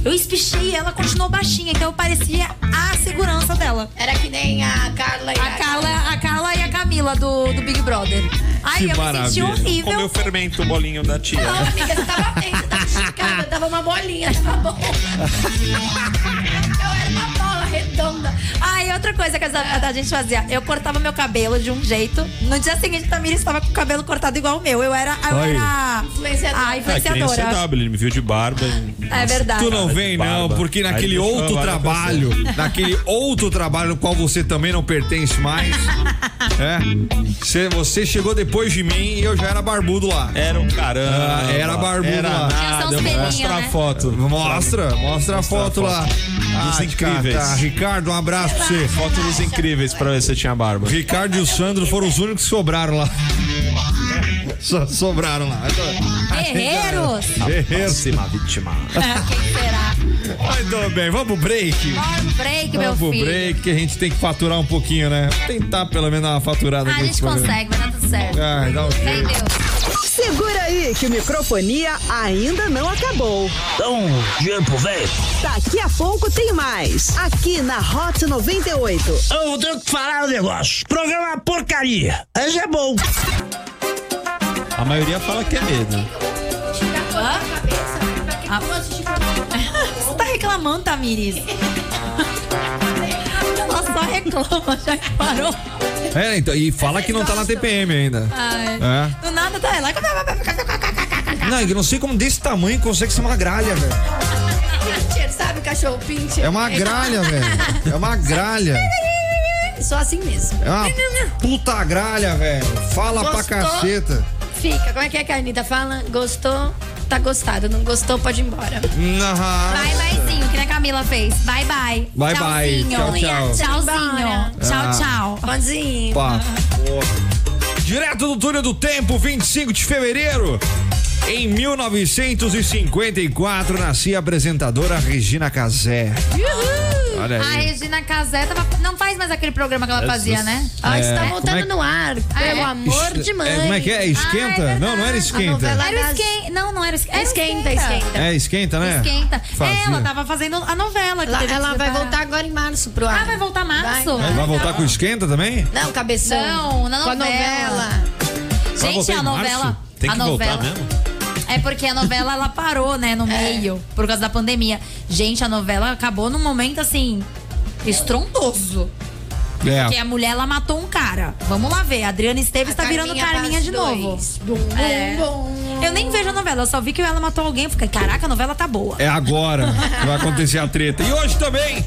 [SPEAKER 5] Eu espichei e ela continuou baixinha, então eu parecia a segurança dela.
[SPEAKER 6] Era que nem a Carla e
[SPEAKER 5] A Carla, a Carla e a Camila do, do Big Brother. Ai,
[SPEAKER 4] Que
[SPEAKER 5] eu me senti
[SPEAKER 4] maravilha.
[SPEAKER 7] Comeu
[SPEAKER 5] horrível.
[SPEAKER 7] fermento, o bolinho da tia. Ah,
[SPEAKER 6] Não, amiga, você tava bem, você tava esticada, tava uma bolinha, tava bom. Eu era uma bola redonda.
[SPEAKER 5] Ai, outra coisa que a, a- a gente fazia, eu cortava meu cabelo de um jeito. No dia seguinte, a Tamires estava com o cabelo cortado igual o meu. Eu era, eu
[SPEAKER 4] Olha. Ah,
[SPEAKER 5] era
[SPEAKER 6] Influenciadora.
[SPEAKER 5] a
[SPEAKER 7] É que nem o
[SPEAKER 5] influenciadora.
[SPEAKER 7] CW, ele me viu de barba.
[SPEAKER 5] É
[SPEAKER 4] tá.
[SPEAKER 5] verdade.
[SPEAKER 4] Tu não
[SPEAKER 7] de
[SPEAKER 4] vem, não,
[SPEAKER 7] barba.
[SPEAKER 4] porque
[SPEAKER 7] Aí
[SPEAKER 4] naquele
[SPEAKER 7] puxou a
[SPEAKER 4] outro
[SPEAKER 7] vara pra
[SPEAKER 4] trabalho,
[SPEAKER 7] [laughs]
[SPEAKER 4] naquele outro trabalho no qual você também não pertence mais,
[SPEAKER 7] [laughs]
[SPEAKER 4] é, cê- você chegou depois de mim e eu já era barbudo lá.
[SPEAKER 7] Era um caramba.
[SPEAKER 4] Ah, era barbudo
[SPEAKER 7] Era
[SPEAKER 4] lá.
[SPEAKER 5] Tinha só
[SPEAKER 7] nada.
[SPEAKER 5] uns
[SPEAKER 7] Eu vou
[SPEAKER 5] pelinhos,
[SPEAKER 7] mostrar
[SPEAKER 5] né?
[SPEAKER 7] a foto.
[SPEAKER 4] Mostra, mostra a foto
[SPEAKER 7] a foto.
[SPEAKER 4] lá.
[SPEAKER 7] Dos incríveis.
[SPEAKER 4] tá, tá. Ricardo, um abraço pra você.
[SPEAKER 7] Foto dos incríveis pra ver se tinha barba.
[SPEAKER 4] Ricardo e o Sandro foram os únicos que sobraram lá. [laughs] Só sobraram lá.
[SPEAKER 5] Guerreiros!
[SPEAKER 4] Guerreiros.
[SPEAKER 7] Próxima vítima.
[SPEAKER 5] É, Quem será?
[SPEAKER 4] Muito bem, vamos pro break.
[SPEAKER 5] Bora pro break, meu
[SPEAKER 4] Vamos pro
[SPEAKER 5] filho.
[SPEAKER 4] break que a gente tem que faturar um pouquinho, né? Tentar pelo menos dar uma faturada
[SPEAKER 5] Ah, a
[SPEAKER 4] aqui nesse
[SPEAKER 5] gente
[SPEAKER 4] programa.
[SPEAKER 5] consegue, vai dar tudo certo.
[SPEAKER 4] Ai, dá um
[SPEAKER 5] Fé em
[SPEAKER 4] jeito.
[SPEAKER 5] Deus.
[SPEAKER 3] Segura aí que o microfonia ainda não acabou.
[SPEAKER 2] Então, tempo, velho.
[SPEAKER 3] Daqui a pouco tem mais. Aqui na Hot 98.
[SPEAKER 2] Eu tenho que falar um negócio. Programa é uma porcaria. Mas é bom.
[SPEAKER 7] A maioria fala que é medo.
[SPEAKER 6] Esticar a
[SPEAKER 5] Hã?
[SPEAKER 6] cabeça, pra
[SPEAKER 5] Ah.
[SPEAKER 6] que que eu vou esticar a cabeça?
[SPEAKER 5] [laughs] Você tá reclamando, Tamiris? Ela só reclama, já parou.
[SPEAKER 4] É, então, e fala que não tá na TPM ainda.
[SPEAKER 5] Ai.
[SPEAKER 4] É.
[SPEAKER 5] Do nada tá ela.
[SPEAKER 4] Não, eu não sei como desse tamanho consegue ser uma gralha, velho.
[SPEAKER 6] Pincher, tá sabe o cachorro pincher?
[SPEAKER 4] É uma gralha, velho. É uma gralha.
[SPEAKER 6] Só assim mesmo.
[SPEAKER 4] É uma puta gralha, velho. Fala pra
[SPEAKER 6] Gostou?
[SPEAKER 4] caceta.
[SPEAKER 6] Fica, como é que é que a Anitta fala? Gostou? Tá gostado. Não gostou, pode ir embora.
[SPEAKER 4] Aham.
[SPEAKER 5] Bye, byezinho, que nem a Camila fez. Bye, bye.
[SPEAKER 4] Bye, bye. Tchau,
[SPEAKER 5] Tchauzinho.
[SPEAKER 4] tchau.
[SPEAKER 5] Tchauzinho.
[SPEAKER 4] Ah.
[SPEAKER 5] Tchau, tchau.
[SPEAKER 6] Pode ir.
[SPEAKER 4] Pá. Direto do túnel do tempo, 25 de fevereiro. Em 1954 nascia a apresentadora Regina Casé.
[SPEAKER 6] Uhul.
[SPEAKER 4] Olha
[SPEAKER 5] A
[SPEAKER 4] aí.
[SPEAKER 5] Regina Casé tava- não faz mais aquele programa que ela fazia, né?
[SPEAKER 6] Ó, está
[SPEAKER 4] como
[SPEAKER 6] voltando
[SPEAKER 4] é que-
[SPEAKER 6] no ar.
[SPEAKER 5] é?
[SPEAKER 6] Pelo amor
[SPEAKER 4] Isso-
[SPEAKER 6] de mãe.
[SPEAKER 4] É, como é que é? Esquenta?
[SPEAKER 5] Ah, é
[SPEAKER 4] não, não era
[SPEAKER 5] verdade.
[SPEAKER 6] A
[SPEAKER 4] esquenta.
[SPEAKER 6] novela-
[SPEAKER 5] Era o
[SPEAKER 6] das-
[SPEAKER 5] esquenta. Não, não era esquenta.
[SPEAKER 6] É Esquenta, esquenta.
[SPEAKER 4] É, esquenta, né?
[SPEAKER 5] Esquenta. É,
[SPEAKER 4] Fazia.
[SPEAKER 5] Ela tava fazendo a novela. Que
[SPEAKER 6] Ela,
[SPEAKER 5] teve que
[SPEAKER 6] ela vai
[SPEAKER 5] separar.
[SPEAKER 6] voltar agora em março pro ar.
[SPEAKER 5] Ah, vai voltar março?
[SPEAKER 4] Vai voltar com esquenta também? É.
[SPEAKER 6] Não, cabeção.
[SPEAKER 5] Não, na
[SPEAKER 6] Com a
[SPEAKER 5] novela.
[SPEAKER 6] novela.
[SPEAKER 4] Vai
[SPEAKER 5] Gente,
[SPEAKER 4] voltar em
[SPEAKER 5] a novela.
[SPEAKER 4] março?
[SPEAKER 7] Tem
[SPEAKER 5] a
[SPEAKER 7] que
[SPEAKER 5] novela.
[SPEAKER 7] voltar mesmo? É.
[SPEAKER 5] É porque a novela ela parou, né, no meio, por causa da pandemia. Gente, a novela acabou num momento assim estrondoso. Porque
[SPEAKER 4] É.
[SPEAKER 5] a mulher ela matou um cara. Vamos lá ver. A Adriana Esteves tá virando Carminha de novo. É. Eu nem vejo a novela, eu só vi que ela matou alguém. Eu Fiquei, caraca, a novela tá boa.
[SPEAKER 4] É agora que vai acontecer a treta. E hoje também,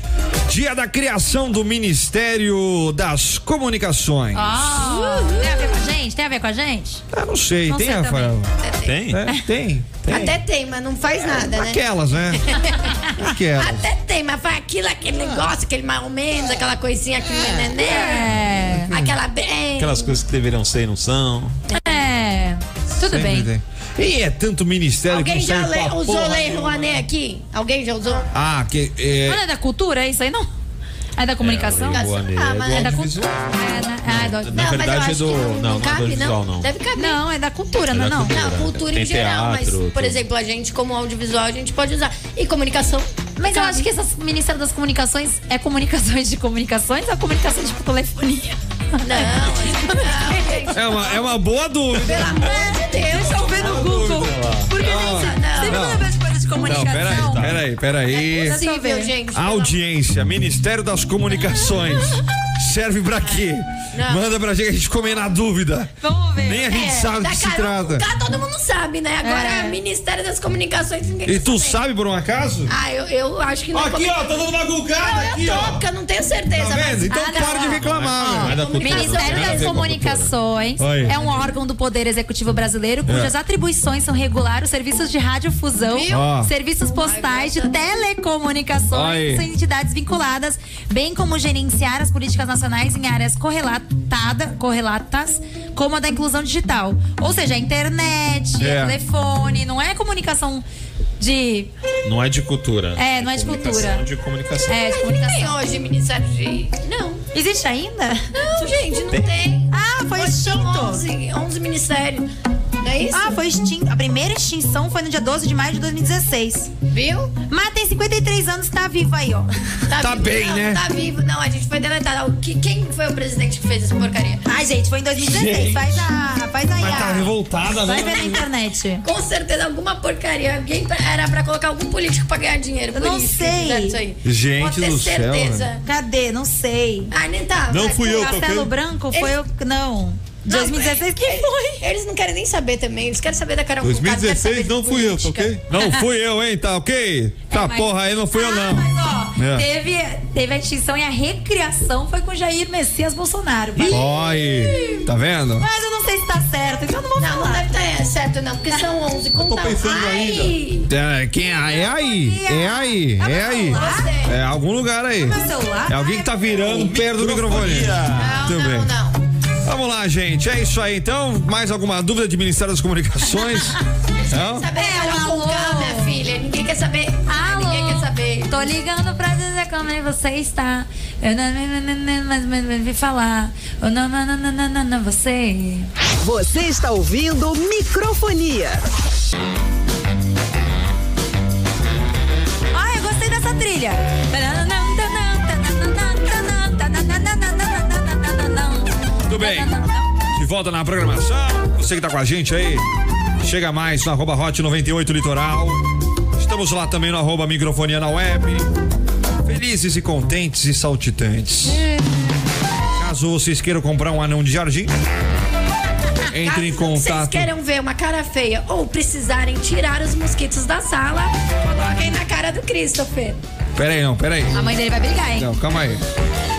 [SPEAKER 4] dia da criação do Ministério das Comunicações.
[SPEAKER 5] Ah, tem a ver com a gente? Tem a ver com a gente?
[SPEAKER 4] Ah, não sei,
[SPEAKER 5] Não
[SPEAKER 4] tem,
[SPEAKER 5] sei
[SPEAKER 4] Rafael?
[SPEAKER 7] Tem? É,
[SPEAKER 4] É,
[SPEAKER 5] [laughs]
[SPEAKER 4] tem, tem.
[SPEAKER 6] Até tem, mas não faz nada, né?
[SPEAKER 4] Aquelas, né? Aquelas.
[SPEAKER 5] [laughs] Tá
[SPEAKER 6] Até tem, mas faz aquilo, aquele
[SPEAKER 7] Ah.
[SPEAKER 6] negócio, aquele mais ou menos, aquela coisinha, aquele neném,
[SPEAKER 5] É.
[SPEAKER 6] aquela bem.
[SPEAKER 7] Aquelas coisas que deveriam ser e não são.
[SPEAKER 5] É. Tudo
[SPEAKER 4] Sempre
[SPEAKER 5] bem.
[SPEAKER 4] tem. E é tanto ministério
[SPEAKER 6] Alguém
[SPEAKER 4] que não
[SPEAKER 6] já
[SPEAKER 4] serve
[SPEAKER 6] le-
[SPEAKER 4] pra
[SPEAKER 6] usou
[SPEAKER 4] porra
[SPEAKER 7] né?
[SPEAKER 6] Lei
[SPEAKER 4] nenhuma.
[SPEAKER 6] Rouanet aqui? Alguém já usou?
[SPEAKER 4] Ah, que.
[SPEAKER 5] Mas
[SPEAKER 4] É,
[SPEAKER 5] Não é da cultura, é isso aí, não? É da comunicação?
[SPEAKER 7] É,
[SPEAKER 5] É,
[SPEAKER 7] o Iguanet
[SPEAKER 6] Ah,
[SPEAKER 7] é
[SPEAKER 6] mas
[SPEAKER 7] do
[SPEAKER 6] é
[SPEAKER 5] da
[SPEAKER 7] audiovisual.
[SPEAKER 5] cultura. É, né? Ah, é do-
[SPEAKER 7] Na
[SPEAKER 6] não, mas
[SPEAKER 7] verdade
[SPEAKER 6] eu
[SPEAKER 7] é do.
[SPEAKER 6] acho que não,
[SPEAKER 7] Não, não é do
[SPEAKER 6] cabe,
[SPEAKER 7] audiovisual,
[SPEAKER 6] não.
[SPEAKER 7] não.
[SPEAKER 6] Deve caber.
[SPEAKER 5] Não, é da cultura, não é
[SPEAKER 7] da
[SPEAKER 5] não?
[SPEAKER 7] cultura.
[SPEAKER 6] Não, cultura
[SPEAKER 7] Tem
[SPEAKER 6] em geral,
[SPEAKER 7] teatro,
[SPEAKER 6] mas, por
[SPEAKER 7] tem-
[SPEAKER 6] exemplo, a gente, como audiovisual, a gente pode usar. E comunicação.
[SPEAKER 5] Mas eu acho que essas Ministério das Comunicações é comunicações de comunicações ou comunicação de tipo telefonia?
[SPEAKER 6] Não,
[SPEAKER 4] é, uma, é uma boa dúvida.
[SPEAKER 6] pelo amor de Deus.
[SPEAKER 5] Deixa eu ver no Google. Porque
[SPEAKER 6] não, é
[SPEAKER 5] gente, sempre
[SPEAKER 4] não.
[SPEAKER 5] quando eu vejo coisas de
[SPEAKER 4] Não, peraí,
[SPEAKER 5] comunicação.
[SPEAKER 4] peraí, peraí.
[SPEAKER 5] Deixa eu
[SPEAKER 6] Possível,
[SPEAKER 5] ver.
[SPEAKER 6] gente.
[SPEAKER 4] Audiência, Ministério das Comunicações. Serve pra quê? Manda pra gente que a gente comer na dúvida.
[SPEAKER 5] Vamos ver.
[SPEAKER 4] Nem a gente sabe do
[SPEAKER 6] da
[SPEAKER 4] que se
[SPEAKER 6] Carol
[SPEAKER 4] trata.
[SPEAKER 6] Conká tá todo mundo sabe, né? Agora
[SPEAKER 5] É.
[SPEAKER 6] é. Ministério das Comunicações. ninguém
[SPEAKER 4] E tu
[SPEAKER 6] sabe.
[SPEAKER 4] sabe por um acaso?
[SPEAKER 5] Tá,
[SPEAKER 6] Ah, eu, eu acho que não.
[SPEAKER 4] Aqui, ó, tá dando uma
[SPEAKER 6] Não,
[SPEAKER 4] gulgada
[SPEAKER 6] eu
[SPEAKER 4] aqui,
[SPEAKER 6] tô,
[SPEAKER 4] ó.
[SPEAKER 6] porque eu não tenho certeza.
[SPEAKER 4] Tá vendo?
[SPEAKER 6] mas...
[SPEAKER 4] Então
[SPEAKER 5] Ah, não,
[SPEAKER 4] para de
[SPEAKER 5] ó.
[SPEAKER 4] reclamar,
[SPEAKER 7] Não é
[SPEAKER 4] velho.
[SPEAKER 7] da cultura. não, tem
[SPEAKER 5] Ministério
[SPEAKER 7] nada a
[SPEAKER 5] das
[SPEAKER 7] ver com a cultura.
[SPEAKER 5] Comunicações
[SPEAKER 4] Oi.
[SPEAKER 5] é um órgão do Poder Executivo Brasileiro cujas atribuições são regular os serviços de radiofusão,
[SPEAKER 4] Ó.
[SPEAKER 5] serviços postais, de
[SPEAKER 4] Aí.
[SPEAKER 5] telecomunicações, são entidades vinculadas, bem como gerenciar as políticas nacionais em áreas correlatada, correlatas, como a da inclusão digital. Ou seja, a internet,
[SPEAKER 4] É.
[SPEAKER 5] telefone, não é comunicação de.
[SPEAKER 7] Não é de cultura.
[SPEAKER 5] É, não é de
[SPEAKER 7] comunicação,
[SPEAKER 5] cultura.
[SPEAKER 7] de comunicação.
[SPEAKER 5] É, de
[SPEAKER 6] Mas não tem
[SPEAKER 5] comunicação.
[SPEAKER 6] hoje Ministério de... Não.
[SPEAKER 5] Existe ainda?
[SPEAKER 6] Não, gente, não tem.
[SPEAKER 5] Ah, foi
[SPEAKER 6] Hoje são
[SPEAKER 5] extinto.
[SPEAKER 6] 11, 11 ministérios. Não é isso?
[SPEAKER 5] Ah, foi extinto. A primeira extinção foi no dia 12 de maio de 2016.
[SPEAKER 6] Viu?
[SPEAKER 5] Mas tem 53 anos, tá vivo aí, ó.
[SPEAKER 4] Tá
[SPEAKER 6] vivo,
[SPEAKER 4] bem,
[SPEAKER 6] não,
[SPEAKER 4] né?
[SPEAKER 6] Tá vivo. Não, a gente foi deletado. O que- Quem foi o presidente que fez essa porcaria?
[SPEAKER 5] Ai, gente, foi em 2016. Faz a. Faz aí.
[SPEAKER 4] Mas tá
[SPEAKER 5] a-
[SPEAKER 4] revoltada,
[SPEAKER 5] Vai
[SPEAKER 4] velho.
[SPEAKER 5] ver na internet.
[SPEAKER 6] Com certeza alguma porcaria. Alguém pra- era pra colocar algum político pra ganhar dinheiro.
[SPEAKER 5] Eu não
[SPEAKER 6] Político,
[SPEAKER 5] sei.
[SPEAKER 6] fizeram Isso aí.
[SPEAKER 4] Gente
[SPEAKER 6] Pode ter
[SPEAKER 4] do céu, né?
[SPEAKER 6] certeza.
[SPEAKER 5] Cadê? Não sei.
[SPEAKER 6] Ah, nem tá.
[SPEAKER 7] Não
[SPEAKER 6] vai,
[SPEAKER 7] fui eu,
[SPEAKER 6] porra.
[SPEAKER 7] tá
[SPEAKER 5] Castelo
[SPEAKER 7] ok?
[SPEAKER 5] Branco foi
[SPEAKER 6] Ele-
[SPEAKER 5] o. Não. 2016 que foi.
[SPEAKER 6] Eles não querem nem saber também. Eles querem saber da Carol Conká, querem
[SPEAKER 7] 2016
[SPEAKER 6] saber de
[SPEAKER 7] não fui eu, tá
[SPEAKER 6] política.
[SPEAKER 7] ok?
[SPEAKER 4] Não fui eu, hein? Tá ok? Tá
[SPEAKER 5] É, Mas-
[SPEAKER 4] porra aí, não fui eu,
[SPEAKER 5] Ah,
[SPEAKER 4] não.
[SPEAKER 5] mas, ó,
[SPEAKER 4] É.
[SPEAKER 5] teve, teve a extinção e a recriação foi com Jair Messias Bolsonaro.
[SPEAKER 4] Olha, tá vendo?
[SPEAKER 5] Mas eu não sei se tá certo, então eu não vou
[SPEAKER 6] Não, tá não
[SPEAKER 5] falar.
[SPEAKER 6] deve estar certo, não, porque são 11. Conta um.
[SPEAKER 7] pensando
[SPEAKER 6] Ai,
[SPEAKER 4] É, quem é? É aí, é aí, é aí.
[SPEAKER 6] Você.
[SPEAKER 4] É algum lugar aí.
[SPEAKER 5] Meu celular.
[SPEAKER 4] É alguém que tá virando perto do microfone.
[SPEAKER 6] Não,
[SPEAKER 4] Muito
[SPEAKER 6] não,
[SPEAKER 4] bem.
[SPEAKER 6] não.
[SPEAKER 4] Vamos lá, gente. É isso aí. Então, mais alguma dúvida de Ministério das Comunicações? Não?
[SPEAKER 6] Saber
[SPEAKER 5] É,
[SPEAKER 6] da Carol
[SPEAKER 5] alô.
[SPEAKER 6] Conká, ah, minha filha. Ninguém quer saber. Ah,
[SPEAKER 5] Alô?
[SPEAKER 6] Ninguém quer saber.
[SPEAKER 5] Tô ligando pra dizer como é você está. Eu não, não, não, não, mas mas- mas me falar. Eu não, não, não, não, não, não, não, você.
[SPEAKER 3] Você está ouvindo microfonia.
[SPEAKER 5] Ai, eu gostei dessa trilha.
[SPEAKER 4] Tudo bem. De volta na programação. Você que tá com a gente aí, chega mais no arroba Hot 98 Litoral. Estamos lá também no arroba Microfonia na web. Felizes e contentes e saltitantes. Caso vocês queiram comprar um anão de jardim, entre em
[SPEAKER 6] Caso Vocês
[SPEAKER 4] contato.
[SPEAKER 6] queiram ver uma cara feia ou precisarem tirar os mosquitos da sala, coloquem na cara do Christopher.
[SPEAKER 4] Peraí, não, peraí.
[SPEAKER 5] A mãe dele vai brigar, hein?
[SPEAKER 4] Não, calma aí.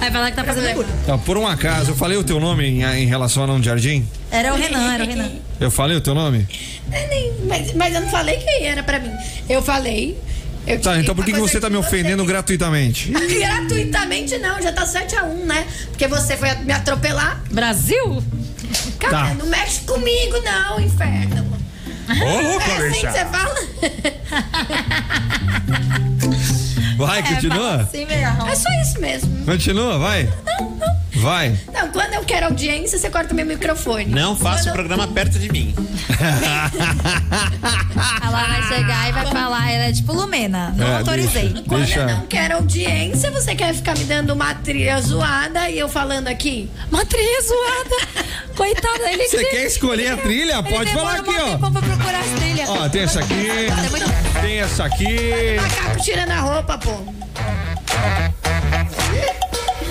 [SPEAKER 5] Vai falar que tá fazendo barulho.
[SPEAKER 4] Não, por um acaso, eu falei o teu nome em, em relação ao anão de jardim?
[SPEAKER 5] Era o Renan, era o Renan.
[SPEAKER 4] Eu falei o teu nome?
[SPEAKER 6] É, nem- Mas, mas eu não falei quem era pra mim. Eu falei. eu
[SPEAKER 4] Tá,
[SPEAKER 6] tirei
[SPEAKER 4] então por que,
[SPEAKER 6] uma
[SPEAKER 4] que
[SPEAKER 6] coisa
[SPEAKER 4] você tá me ofendendo gratuitamente?
[SPEAKER 6] [laughs] Gratuitamente não, já tá 7x1, né? Porque você foi me atropelar.
[SPEAKER 5] Brasil?
[SPEAKER 6] Cara,
[SPEAKER 4] Tá.
[SPEAKER 6] não mexe comigo, não, inferno.
[SPEAKER 4] Ô, louco,
[SPEAKER 6] É assim que
[SPEAKER 4] Alexandre.
[SPEAKER 6] você fala?
[SPEAKER 4] Vai,
[SPEAKER 5] fala
[SPEAKER 4] continua.
[SPEAKER 5] assim mesmo.
[SPEAKER 6] É só isso mesmo.
[SPEAKER 4] Continua, É, vai. Vai.
[SPEAKER 6] Não, quando eu quero audiência, você corta meu microfone.
[SPEAKER 4] Né?
[SPEAKER 7] Não faça o
[SPEAKER 6] Quando eu-
[SPEAKER 7] programa perto de mim.
[SPEAKER 5] Ela vai chegar e vai falar, ela é tipo Lumena, não
[SPEAKER 4] É,
[SPEAKER 5] autorizei.
[SPEAKER 4] deixa.
[SPEAKER 6] Quando eu não quero audiência, você quer ficar me dando uma trilha zoada e eu falando aqui?
[SPEAKER 5] Matriz zoada. Coitada, ele
[SPEAKER 4] Você quer escolher a trilha?
[SPEAKER 5] Ele
[SPEAKER 4] Pode falar
[SPEAKER 5] demora um
[SPEAKER 4] aqui,
[SPEAKER 5] bom
[SPEAKER 4] ó.
[SPEAKER 5] tempão pra procurar as trilhas.
[SPEAKER 4] Ó, tem essa aqui.
[SPEAKER 5] É muito engraçado.
[SPEAKER 4] Tem essa aqui.
[SPEAKER 6] Macaco tirando a
[SPEAKER 4] [laughs]
[SPEAKER 6] roupa, pô.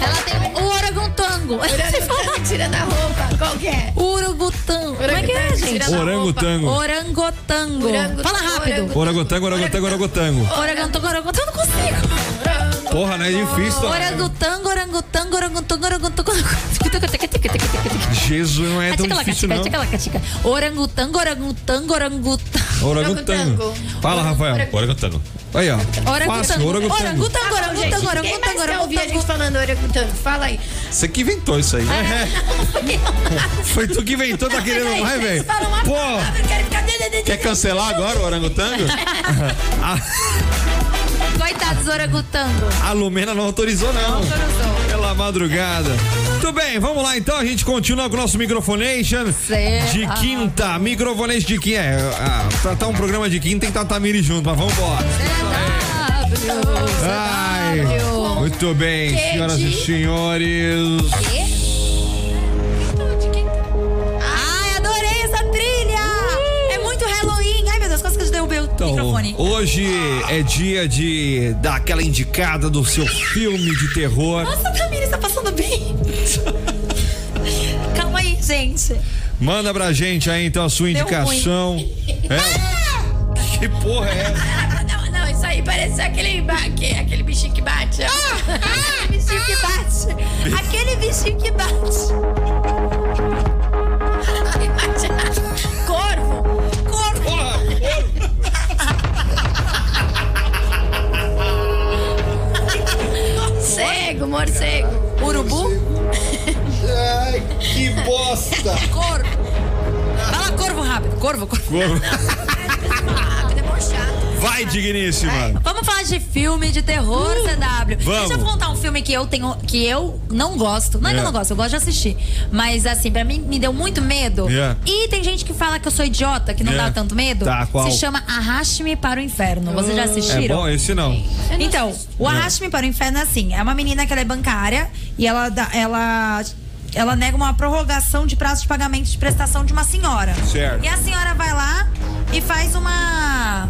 [SPEAKER 5] Ela tem o orangotango. Você fala
[SPEAKER 6] Tirando, tirando a roupa. Qual que é?
[SPEAKER 5] urugutango. Como é que é,
[SPEAKER 6] Orangotango,
[SPEAKER 5] gente?
[SPEAKER 6] tirando a
[SPEAKER 4] Orangotango.
[SPEAKER 6] roupa.
[SPEAKER 5] Orangotango.
[SPEAKER 6] Orangotango,
[SPEAKER 5] Fala rápido.
[SPEAKER 6] orangotango.
[SPEAKER 4] Orangotango, orangotango, orangotango.
[SPEAKER 5] Orangotango, orangotango, eu não consigo.
[SPEAKER 6] Orango-
[SPEAKER 4] Porra, não é difícil. tá?
[SPEAKER 5] Orangotango, orangotango, orangotango, orangotango.
[SPEAKER 4] Jesus, não é tão difícil, não.
[SPEAKER 5] Orangotango, orangotango, orangotango.
[SPEAKER 4] Orangotango. Fala, Rafael.
[SPEAKER 7] Bora cantando.
[SPEAKER 4] Aí, ó. Fácil,
[SPEAKER 5] Orangotango,
[SPEAKER 4] orangotango.
[SPEAKER 5] orangotango,
[SPEAKER 6] Não, gente,
[SPEAKER 5] orangotango,
[SPEAKER 6] Ninguém mais quer ouvir a gente
[SPEAKER 5] orangotango.
[SPEAKER 6] falando orangotango. Fala aí.
[SPEAKER 7] Você que inventou isso aí.
[SPEAKER 5] Ah.
[SPEAKER 4] É. [laughs] Foi tu que inventou, tá querendo mais, velho?
[SPEAKER 6] Fala uma
[SPEAKER 4] Pô,
[SPEAKER 6] palavra, eu quero ficar...
[SPEAKER 7] Quer cancelar agora o
[SPEAKER 5] [laughs]
[SPEAKER 7] orangotango?
[SPEAKER 5] É
[SPEAKER 6] tá
[SPEAKER 5] Coitados, orangotango.
[SPEAKER 4] a Lumena não autorizou, não. Pela madrugada. Tudo bem, vamos lá então. A gente continua com o nosso Microfonation
[SPEAKER 5] Certo.
[SPEAKER 4] de quinta. Microfonation de quinta. É, ah, pra tá um programa de quinta tem que tá a Tamiri junto, mas vamos embora. Ai, muito bem,
[SPEAKER 6] Que
[SPEAKER 4] senhoras e
[SPEAKER 6] de-
[SPEAKER 4] senhores.
[SPEAKER 5] Ai, adorei essa trilha! É muito Halloween! Ai, meu Deus, quase que eu derrubei o
[SPEAKER 4] Então,
[SPEAKER 5] microfone.
[SPEAKER 4] hoje é dia de dar aquela indicada do seu filme de terror.
[SPEAKER 5] Nossa, Tamires, tá passando bem? Calma aí, gente.
[SPEAKER 4] Manda pra gente aí então a sua
[SPEAKER 5] Deu
[SPEAKER 4] indicação.
[SPEAKER 5] Ah!
[SPEAKER 4] É? Que porra é essa?
[SPEAKER 6] Ah, não, não, isso aí parece aquele, ba- que- aquele bichinho que bate.
[SPEAKER 5] Ah!
[SPEAKER 6] Ah!
[SPEAKER 5] Aquele bichinho que bate. Aquele bichinho que bate.
[SPEAKER 6] [laughs] Corvo.
[SPEAKER 5] Corvo.
[SPEAKER 6] Cego, morcego.
[SPEAKER 5] Urubu.
[SPEAKER 4] Ai, que bosta!
[SPEAKER 5] Corvo. Fala corvo rápido. Corvo, corvo.
[SPEAKER 6] Rápido, é bom chato.
[SPEAKER 4] Vai, digníssima!
[SPEAKER 5] Vamos falar de filme de terror, CW.
[SPEAKER 4] Uh, vamos.
[SPEAKER 5] Deixa eu contar um filme que eu tenho. que eu não gosto. Não é que eu não
[SPEAKER 4] É.
[SPEAKER 5] gosto, eu gosto de assistir. Mas assim, pra mim me deu muito medo.
[SPEAKER 4] É.
[SPEAKER 5] E tem gente que fala que eu sou idiota, que não
[SPEAKER 4] É.
[SPEAKER 5] dá tanto medo.
[SPEAKER 4] Tá, qual?
[SPEAKER 5] Se chama Arraste-me para o Inferno. Vocês já
[SPEAKER 4] É
[SPEAKER 5] assistiram?
[SPEAKER 4] bom esse não.
[SPEAKER 5] Então, o Arraste-me para o Inferno é assim: é uma menina que ela é bancária e ela, dá- ela, ela nega uma prorrogação de prazo de pagamento de prestação de uma senhora.
[SPEAKER 4] Certo.
[SPEAKER 5] E a senhora vai lá e faz uma.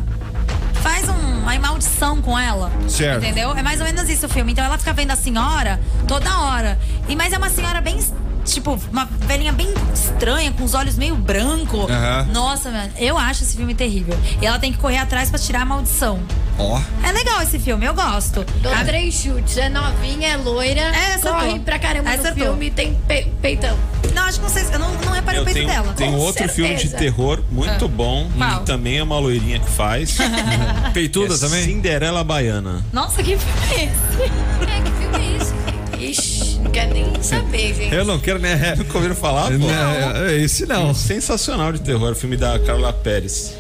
[SPEAKER 5] Faz um- uma maldição com ela.
[SPEAKER 4] Certo.
[SPEAKER 5] Entendeu? É mais ou menos isso o filme. Então ela fica vendo a senhora toda hora. E, mas é uma senhora bem. Tipo, uma velhinha bem estranha, com os olhos meio branco.
[SPEAKER 4] Aham.
[SPEAKER 5] Nossa, mano, eu acho esse filme terrível. E ela tem que correr atrás pra tirar a maldição.
[SPEAKER 4] Ó.
[SPEAKER 5] É legal esse filme, eu gosto.
[SPEAKER 6] Dou
[SPEAKER 5] A-
[SPEAKER 6] três chutes. É novinha, é loira.
[SPEAKER 5] Essa
[SPEAKER 6] corre
[SPEAKER 5] eu tô.
[SPEAKER 6] pra caramba
[SPEAKER 5] Essa eu
[SPEAKER 6] no
[SPEAKER 5] tô.
[SPEAKER 6] filme e tem pe- peitão.
[SPEAKER 5] Não, acho que não sei. se- Eu não, não reparei
[SPEAKER 7] Eu
[SPEAKER 5] o peito
[SPEAKER 7] tenho,
[SPEAKER 5] dela. Ah.
[SPEAKER 7] tenho
[SPEAKER 6] Com
[SPEAKER 7] outro filme de
[SPEAKER 6] certeza.
[SPEAKER 7] terror muito bom.
[SPEAKER 5] Qual?
[SPEAKER 7] E também é uma loirinha que [laughs]
[SPEAKER 5] [laughs]
[SPEAKER 7] faz.
[SPEAKER 4] Peituda
[SPEAKER 7] É
[SPEAKER 4] também?
[SPEAKER 7] Cinderela Baiana.
[SPEAKER 5] Nossa, que filme é esse?
[SPEAKER 6] É, que filme é esse? Ixi, não quero nem saber, gente.
[SPEAKER 4] Eu não quero, né?
[SPEAKER 7] [laughs] Nunca ouviram falar?
[SPEAKER 5] Ah,
[SPEAKER 7] Pô?
[SPEAKER 4] Não, é esse não.
[SPEAKER 7] Sensacional de terror, o filme da Carla Pérez.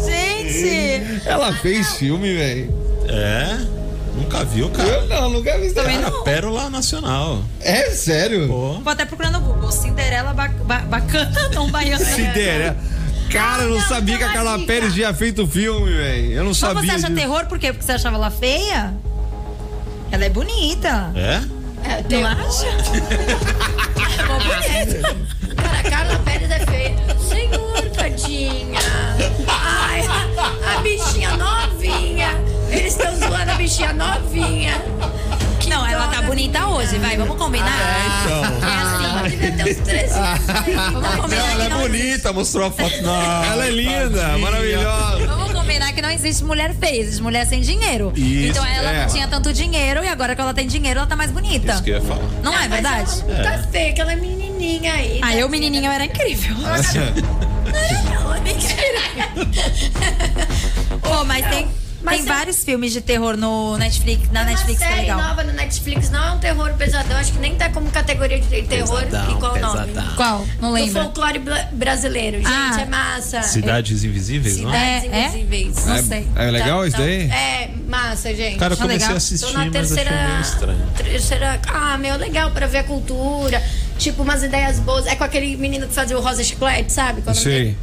[SPEAKER 5] Gente!
[SPEAKER 4] Ela fez filme, velho.
[SPEAKER 7] É? Nunca viu, cara?
[SPEAKER 4] não, nunca vi
[SPEAKER 5] Também
[SPEAKER 7] Cara,
[SPEAKER 5] não.
[SPEAKER 7] Pérola Nacional.
[SPEAKER 4] É sério?
[SPEAKER 7] Pô.
[SPEAKER 5] Vou até procurar no Google. Cinderela ba- ba- bacana, [laughs] não baiana.
[SPEAKER 4] Cinderela. Cara, eu não
[SPEAKER 5] Olha,
[SPEAKER 4] sabia que a Carla
[SPEAKER 5] maravilha.
[SPEAKER 4] Pérez tinha feito filme, velho. Eu não
[SPEAKER 5] Mas
[SPEAKER 4] sabia.
[SPEAKER 5] você acha
[SPEAKER 4] disso.
[SPEAKER 5] terror por quê? Porque você achava ela feia? Ela é bonita.
[SPEAKER 7] É?
[SPEAKER 6] É,
[SPEAKER 5] Não
[SPEAKER 6] tem-
[SPEAKER 5] acha? Ficou é
[SPEAKER 7] Ah,
[SPEAKER 5] bonita.
[SPEAKER 6] Cara, a Carla Pérez é feia. Senhor, tadinha. Ai, a, a bichinha novinha. Eles estão zoando a bichinha novinha.
[SPEAKER 5] [laughs] Não, ela tá
[SPEAKER 6] dó da
[SPEAKER 5] bonita hoje, vai. Vamos
[SPEAKER 7] Ah, é,
[SPEAKER 5] combinar?
[SPEAKER 7] então.
[SPEAKER 6] Ela devia ter uns 13 anos.
[SPEAKER 7] [laughs]
[SPEAKER 5] um Vamos combinar
[SPEAKER 7] é
[SPEAKER 5] que não existe-
[SPEAKER 7] mostrou a foto na.
[SPEAKER 4] Ela é linda, maravilhosa.
[SPEAKER 5] Vamos combinar que não existe mulher feia, existe mulher sem dinheiro.
[SPEAKER 4] Isso,
[SPEAKER 5] então ela
[SPEAKER 4] é.
[SPEAKER 5] não tinha tanto dinheiro e agora que ela tem dinheiro, ela tá mais bonita.
[SPEAKER 7] Isso que eu ia falar.
[SPEAKER 5] Não é verdade?
[SPEAKER 6] Mas ela não tá feia, aquela menininha aí.
[SPEAKER 5] Ah, eu menininha eu era incrível.
[SPEAKER 6] Não, mentira.
[SPEAKER 5] Pô, mas tem.
[SPEAKER 6] Mas
[SPEAKER 5] tem
[SPEAKER 6] eu-
[SPEAKER 5] vários filmes de terror no Netflix, na
[SPEAKER 6] Uma
[SPEAKER 5] Netflix que é
[SPEAKER 6] série
[SPEAKER 5] legal.
[SPEAKER 6] nova no Netflix não é um terror pesadão, acho que nem tá como categoria de terror.
[SPEAKER 2] Pesadão,
[SPEAKER 6] e qual o nome?
[SPEAKER 2] pesadão.
[SPEAKER 5] Qual? Não
[SPEAKER 6] Do
[SPEAKER 5] lembro.
[SPEAKER 6] folclore bla- brasileiro. Gente,
[SPEAKER 5] Ah.
[SPEAKER 6] é massa.
[SPEAKER 7] Cidades Invisíveis, não?
[SPEAKER 6] Cidades
[SPEAKER 5] É, é?
[SPEAKER 6] invisíveis.
[SPEAKER 5] Não
[SPEAKER 4] É-
[SPEAKER 5] sei. Então,
[SPEAKER 4] É, legal isso daí?
[SPEAKER 6] É, massa, gente.
[SPEAKER 7] Cara, eu
[SPEAKER 5] Tá
[SPEAKER 7] comecei
[SPEAKER 5] legal.
[SPEAKER 7] a
[SPEAKER 6] Tô
[SPEAKER 7] assistir,
[SPEAKER 6] na
[SPEAKER 7] mas achei
[SPEAKER 6] terceira.
[SPEAKER 7] meio estranho.
[SPEAKER 6] Terceira. Ah, meu, legal pra ver a cultura. Tipo, umas ideias boas. É com aquele menino que fazia o Rosa Chiclete, sabe? Qual é o nome
[SPEAKER 4] Sei.